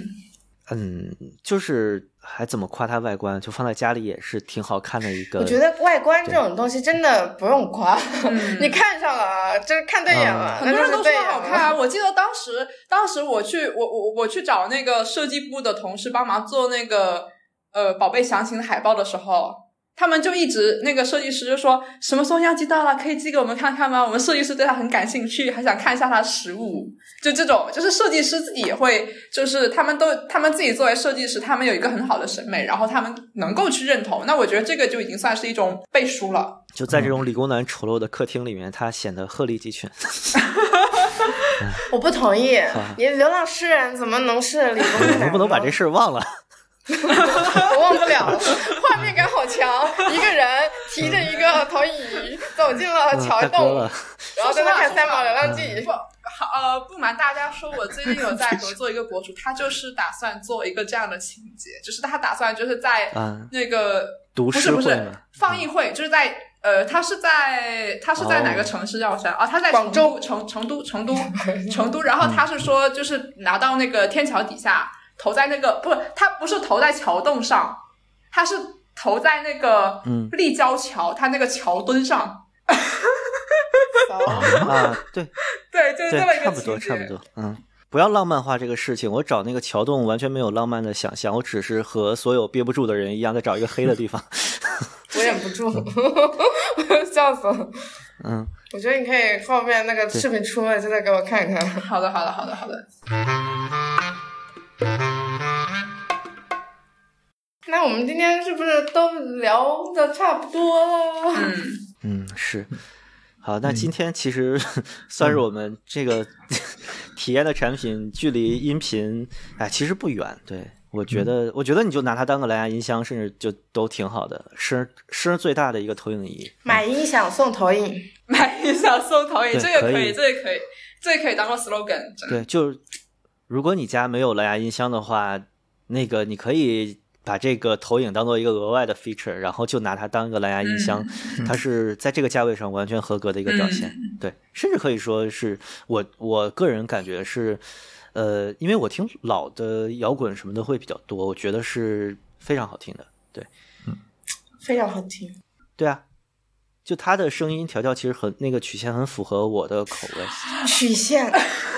嗯，就是还怎么夸它外观？就放在家里也是挺好看的一个。我觉得外观这种东西真的不用夸，嗯你看上了啊，就是看对眼了，很那多就人是都对说眼好了看啊！我记得当时，当时我去我我我去找那个设计部的同事帮忙做那个呃宝贝详情的海报的时候，他们就一直那个设计师就说什么时候要寄到了，可以寄给我们看看吗？我们设计师对他很感兴趣，还想看一下他的实物。就这种，就是设计师自己也会，就是他们都他们自己作为设计师，他们有一个很好的审美，然后他们能够去认同。那我觉得这个就已经算是一种背书了。就在这种理工男丑陋的客厅里面，他显得鹤立鸡 群。我不同意， 你流浪诗人怎么能是理工你 男？不能把这事儿忘了。我忘不了，画面感好强。一个人提着一个投影仪走进了嗯桥大哥洞，了，嗯然后在那看《三毛流浪记》。不好，呃，不瞒大家说，我最近有在合作一个博主，他就是打算做一个这样的情节，就是他打算就是在啊那个、读不诗是不会是嘛，放映会，就是在呃，他是在他是在哪哦个城市让我想啊？他在广州成成都成都 成都，嗯然后他是说就是拿到那个天桥底下投在那个不，他不是投在桥洞上，他是投在那个嗯立交桥，他那个桥墩上，啊，对 对，就是对这么一，差个不情多节，差不多，嗯。不要浪漫化这个事情。我找那个桥洞完全没有浪漫的想象，我只是和所有憋不住的人一样，在找一个黑的地方。我忍不住，我笑死了。嗯，我觉得你可以后面那个视频出了，真的给我看看。好的，好的，好的，好的。那我们今天是不是都聊的差不多了？嗯，嗯，是。好，那今天其实算是我们这个 体验的产品，距离音频哎其实不远。对我觉得，我觉得你就拿它当个蓝牙音箱，甚至就都挺好的，声声最大的一个投影仪。买音响送投影，买一下送投影，对这个可可以以，这个可以，这个可以当做 slogan 真的。对，就如果你家没有蓝牙音箱的话，那个你可以把这个投影当做一个额外的 feature，然后就拿它当一个蓝牙音箱，嗯它是在这个价位上完全合格的一个表现。对，甚至可以说是我我个人感觉是，呃，因为我听老的摇滚什么的会比较多，我觉得是非常好听的。非常好听。对啊。就它的声音调教其实很那个曲线很符合我的口味，曲线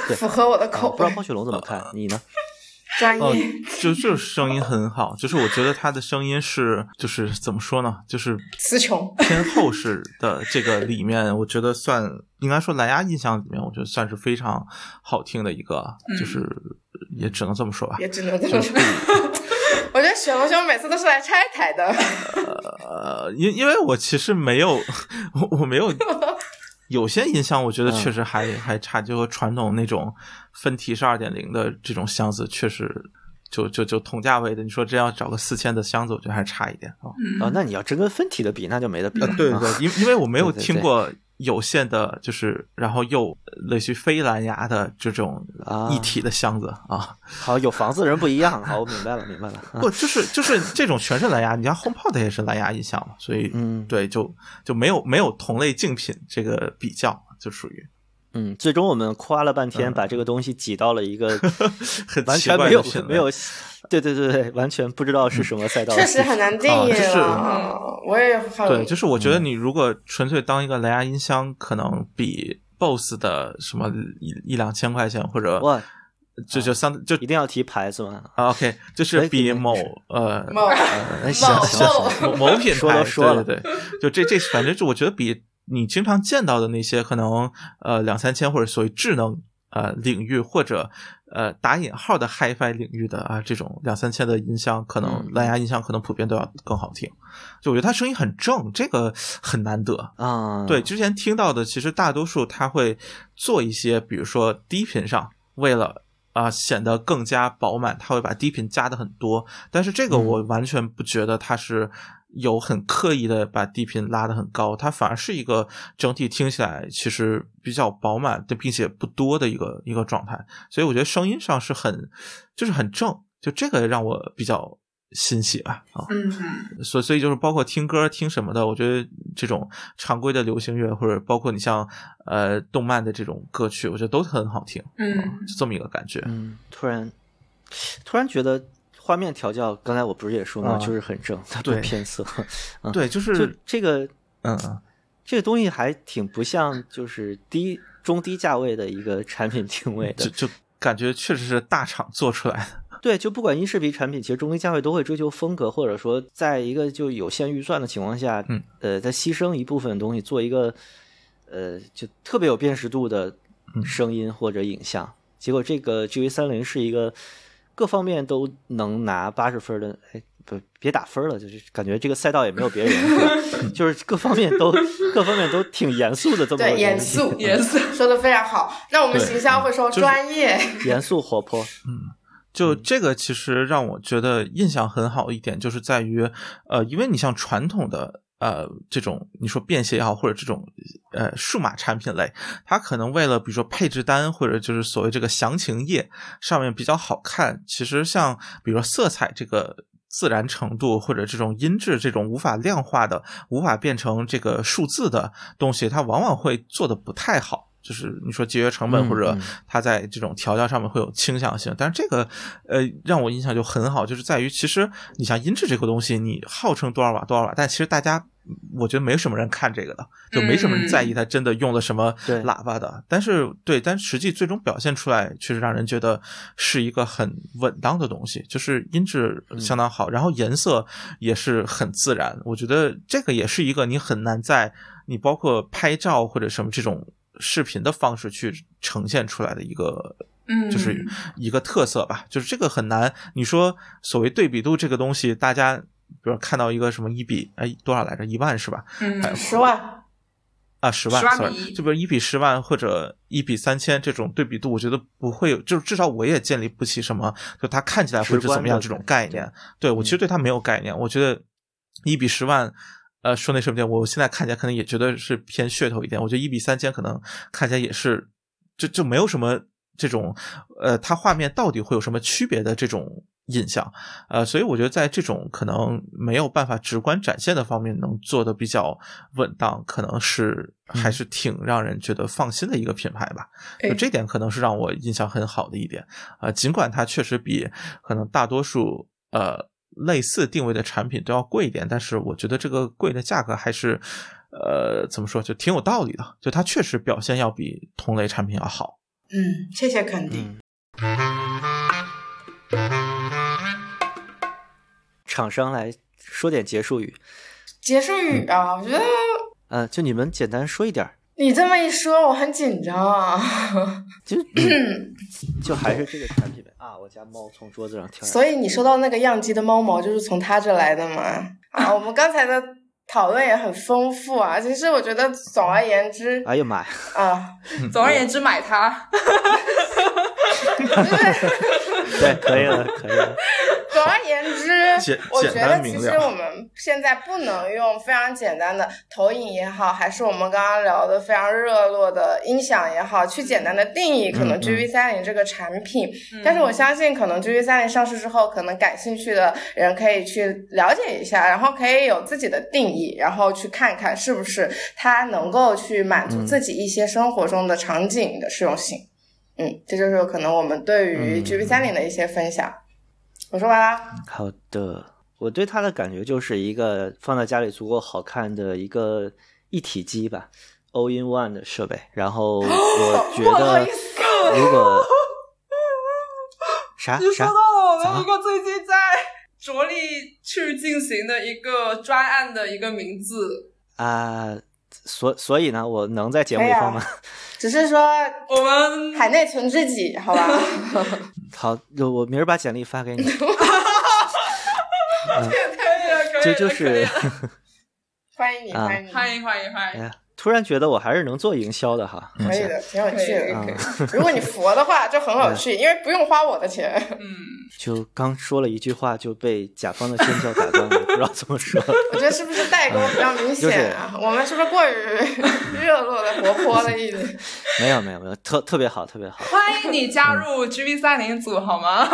对符合我的啊口不知道味，暴雪龙怎么看？你呢？专哦业。，就就是声音很好，就是我觉得他的声音是，就是怎么说呢，就是词穷偏后世的这个里面，我觉得算应该说蓝牙音箱里面，我觉得算是非常好听的一个，嗯就是也只能这么说吧。也只能这么说。 我觉得雪龙兄每次都是来拆台的，呃，因因为我其实没有，我我没有。有些音箱我觉得确嗯实还、还差，就和传统那种分体式二点零的这种箱子，确实就就就同价位的，你说真要找个四千的箱子，我觉得还是差一点啊。哦，那你要真跟分体的比，那就没得比呃了。，对啊对，因因为我没有对对听对过有线的，就是然后又类似于非蓝牙的这种啊一体的箱子啊，好，有房子的人不一样。好，我明白了，明白了。啊不就是就是这种全是蓝牙，你像 HomePod 也是蓝牙音箱嘛，所以嗯对，就就没有没有同类竞品这个比较，就属于嗯，最终我们夸了半天，把这个东西挤到了一个嗯 很完奇全怪没的嗯有品类没有，对对对对，完全不知道是什么赛道。确实很 难定义啊就是了。嗯我也很对，就是我觉得你如果纯粹当一个蓝牙音箱，可能比 BOSS 的什么一一两千块钱或者哇，就就相就一定要提牌子吗？啊 OK，就可以是可以没比某事呃某哎，行行行行，某某 品说牌都说了对对对，就这这反正就我觉得比你经常见到的那些可能呃两三千或者所谓智能呃领域或者呃打引号的 HiFi 领域的啊这种两三千的音箱，可能嗯蓝牙音箱可能普遍都要更好听。就我觉得它声音很正，这个很难得。啊，对，，之前听到的其实大多数他会做一些，比如说低频上，为了啊、显得更加饱满，他会把低频加的很多。但是这个嗯我完全不觉得他是有很刻意的把低频拉的很高，它反而是一个整体听起来其实比较饱满，但并且不多的一个一个状态。所以我觉得声音上是很就是很正，就这个让我比较欣喜吧啊。嗯，所所以就是包括听歌听什么的，我觉得这种常规的流行乐，或者包括你像呃动漫的这种歌曲，我觉得都很好听，嗯啊就这么一个感觉。嗯，突然突然觉得画面调教，刚才我不是也说吗？啊就是很正，它不对偏色。嗯对，就就是这个嗯嗯，这个东西还挺不像就是低中低价位的一个产品定位就的。就感觉确实是大厂做出来的，对，就不管音视频产品，其实终归价位都会追求风格，或者说在一个就有限预算的情况下，嗯，呃，再牺牲一部分东西，做一个呃就特别有辨识度的声音或者影像。结果这个 GV 三零是一个各方面都能拿八十分的，哎，不，别打分了，就是感觉这个赛道也没有别人，是吧 就是各方面都各方面都挺严肃的这么个对，东西严肃，也是说的非常好。那我们对嗯行销会说就是专业，严肃活泼，就这个其实让我觉得印象很好一点，就是在于，呃，因为你像传统的呃这种你说便携也好，或者这种呃数码产品类，它可能为了比如说配置单或者就是所谓这个详情页上面比较好看，其实像比如说色彩这个。自然程度或者这种音质，这种无法量化的、无法变成这个数字的东西，它往往会做的不太好。就是你说节约成嗯本或者嗯它在这种调教上面会有倾向性，但是这个呃让我印象就很好，就是在于其实你像音质这个东西，你号称多少瓦多少瓦，但其实大家嗯我觉得没什么人看这个的，就没什么嗯人在意它真的用了什么对喇叭的。但是对，但实际最终表现出来，确实让人觉得是一个很稳当的东西，就是音质相当好，然后颜色也是很自然。我觉得这个也是一个你很难在你包括拍照或者什么这种视频的方式去呈现出来的一个嗯，就是一个特色吧，就是这个很难。你说所谓对比度这个东西，大家比如看到一个什么一比哎多少来着，一万是吧？嗯，十万，啊，十万10万，sorry，比一就比如一比十万或者一比三千这种对比度，我觉得不会有，就是至少我也建立不起什么，就它看起来会是怎么样直这观的种概念。对我其实对它没有概念，我觉得一比十万。呃，说那什么点，我现在看起来可能也觉得是偏噱头一点。我觉得一比三千可能看起来也是，就就没有什么这种，呃，它画面到底会有什么区别的这种印象。呃，所以我觉得在这种可能没有办法直观展现的方面，能做的比较稳当，可能是还是挺让人觉得放心的一个品牌吧。哎就这点可能是让我印象很好的一点啊、呃尽管它确实比可能大多数呃类似定位的产品都要贵一点，但是我觉得这个贵的价格还是呃怎么说就挺有道理的，就它确实表现要比同类产品要好。嗯，谢谢肯定。嗯。厂商来说点结束语，结束语嗯啊，我觉得呃，就你们简单说一点儿，你这么一说，我很紧张 啊。 就就还是这个产品呗啊！我家猫从桌子上跳下来，所以你说到那个样机的猫毛就是从它这来的嘛？啊，我们刚才的讨论也很丰富啊。其实我觉得，总而言之哎呀妈呀，啊，总而言之，买它。对，可以了，可以 了，总而言之 简，我觉简单得其明实了我们现在不能用非常简单的投影也好，还是我们刚刚聊的非常热络的音响也好，去简单的定义可能嗯嗯 GV 三零这个产品。嗯但是嗯我相信，可能 GV 三零上市之后，可能感兴趣的人可以去了解一下，然后可以有自己的定义，然后去看看是不是它能够去满足嗯自己一些生活中的场景的适用性。嗯，这就是可能我们对于嗯 GV 三零的一些分享。我说完啦。好的。我对它的感觉就是一个放在家里足够好看的一个一体机吧，all in one 的设备。然后 我觉 不好得意思，如 果啥你说啥到了我咋们一个最近在着力去进行的一个专案的一个名字，啊，所所以呢，我能在节目可里以啊放吗？ 只是说我们海内存知己，好吧？好，就我明儿把简历发 给你。可以了，可以了，这就可是以了，啊欢迎你，啊欢迎你，欢迎欢迎欢哎迎，呀，突然觉得我还是能做营销的哈。可以的，挺有趣可以的。啊， 如果你佛的话，就很有趣，因为不用花我的钱。嗯，就刚说了一句话就被甲方的尖叫打断了，不知道怎么说。我觉得是不是代沟比较明显啊？我们是不是过于热络的、活泼了一点？ 没有没有没有，特特别好，特别好。欢迎你加入 GB 三零组好吗？好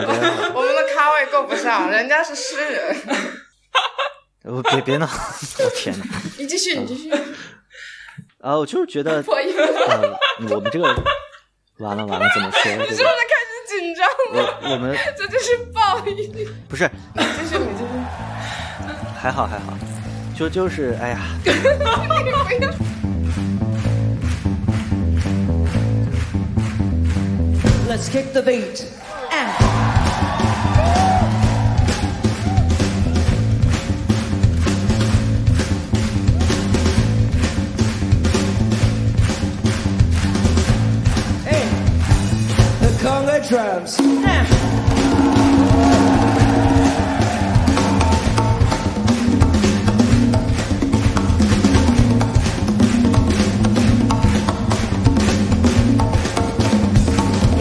的，好的我们的咖位够不上，人家是诗人。我别别闹， 我天哪！你继续，你继续。啊，我就是觉得，破音，我呃，我们这个完了完了，怎么说？这个开始紧张，我我们这就是报应。不是继续，你继续。还好还好，就就是哎呀， Let's Let's kick the beat. And hey, the conga drums. And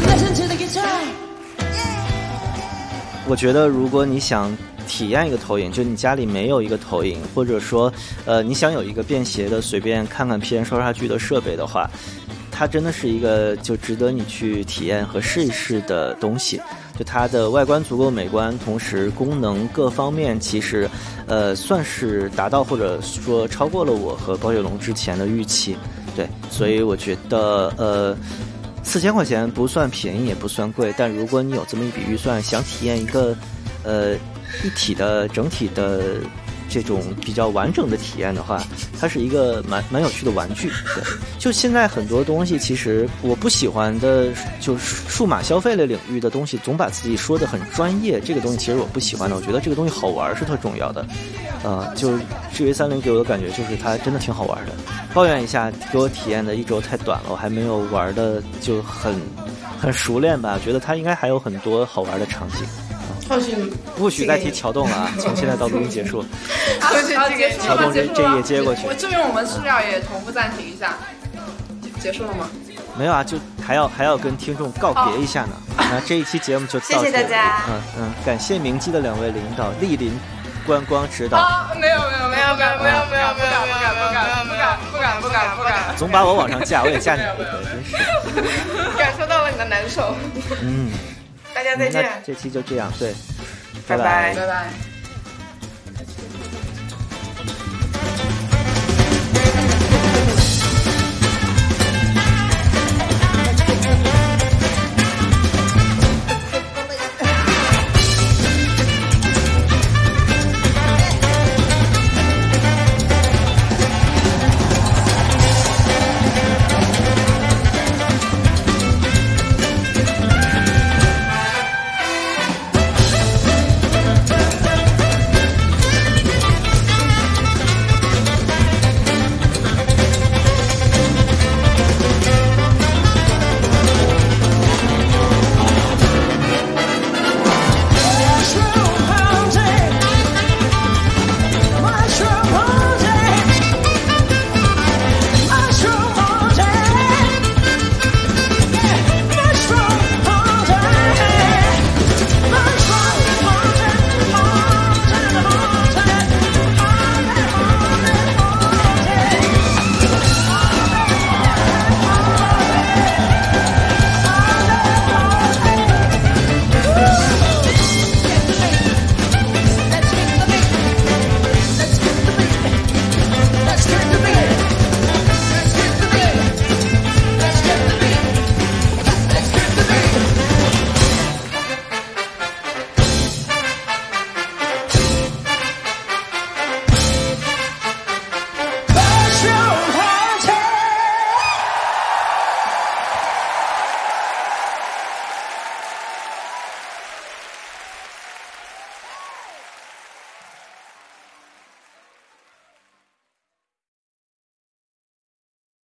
listen to the guitar. 我觉得如果你想体验一个投影，就你家里没有一个投影，或者说，呃，你想有一个便携的随便看看片收视剧的设备的话，它真的是一个就值得你去体验和试一试的东西。就它的外观足够美观，同时功能各方面其实，呃，算是达到或者说超过了我和包雪龙之前的预期。对，所以我觉得，呃。四千块钱不算便宜，也不算贵，但如果你有这么一笔预算，想体验一个，呃，一体的整体的这种比较完整的体验的话，它是一个蛮蛮有趣的玩具。对，就现在很多东西，其实我不喜欢的，就是数码消费类领域的东西，总把自己说的很专业，这个东西其实我不喜欢的。我觉得这个东西好玩是特重要的。呃，就至于三菱给我的感觉就是它真的挺好玩的。抱怨一下，给我体验的一周太短了，我还没有玩的就很很熟练吧。觉得它应该还有很多好玩的场景。后续不许再提桥洞了啊！从现在到录音结束，啊就是啊，这个结束乔了东吗？结这束这了也吗？接过去 我这边我们资料也同步暂停一下，结束了吗？没有啊，就还要还要跟听众告别一下呢。那这一期节目就到这里谢谢大家嗯嗯，感谢明基的两位领导莅临观光指导，啊，没有没有没有没有没有没有没有没有没有没有没有不敢不敢不敢不敢不敢，总把我往上架，我也架你 没有不没有回，真是。感受到了你的难受，嗯，大家再那见，这期就这样，对，拜拜拜拜拜。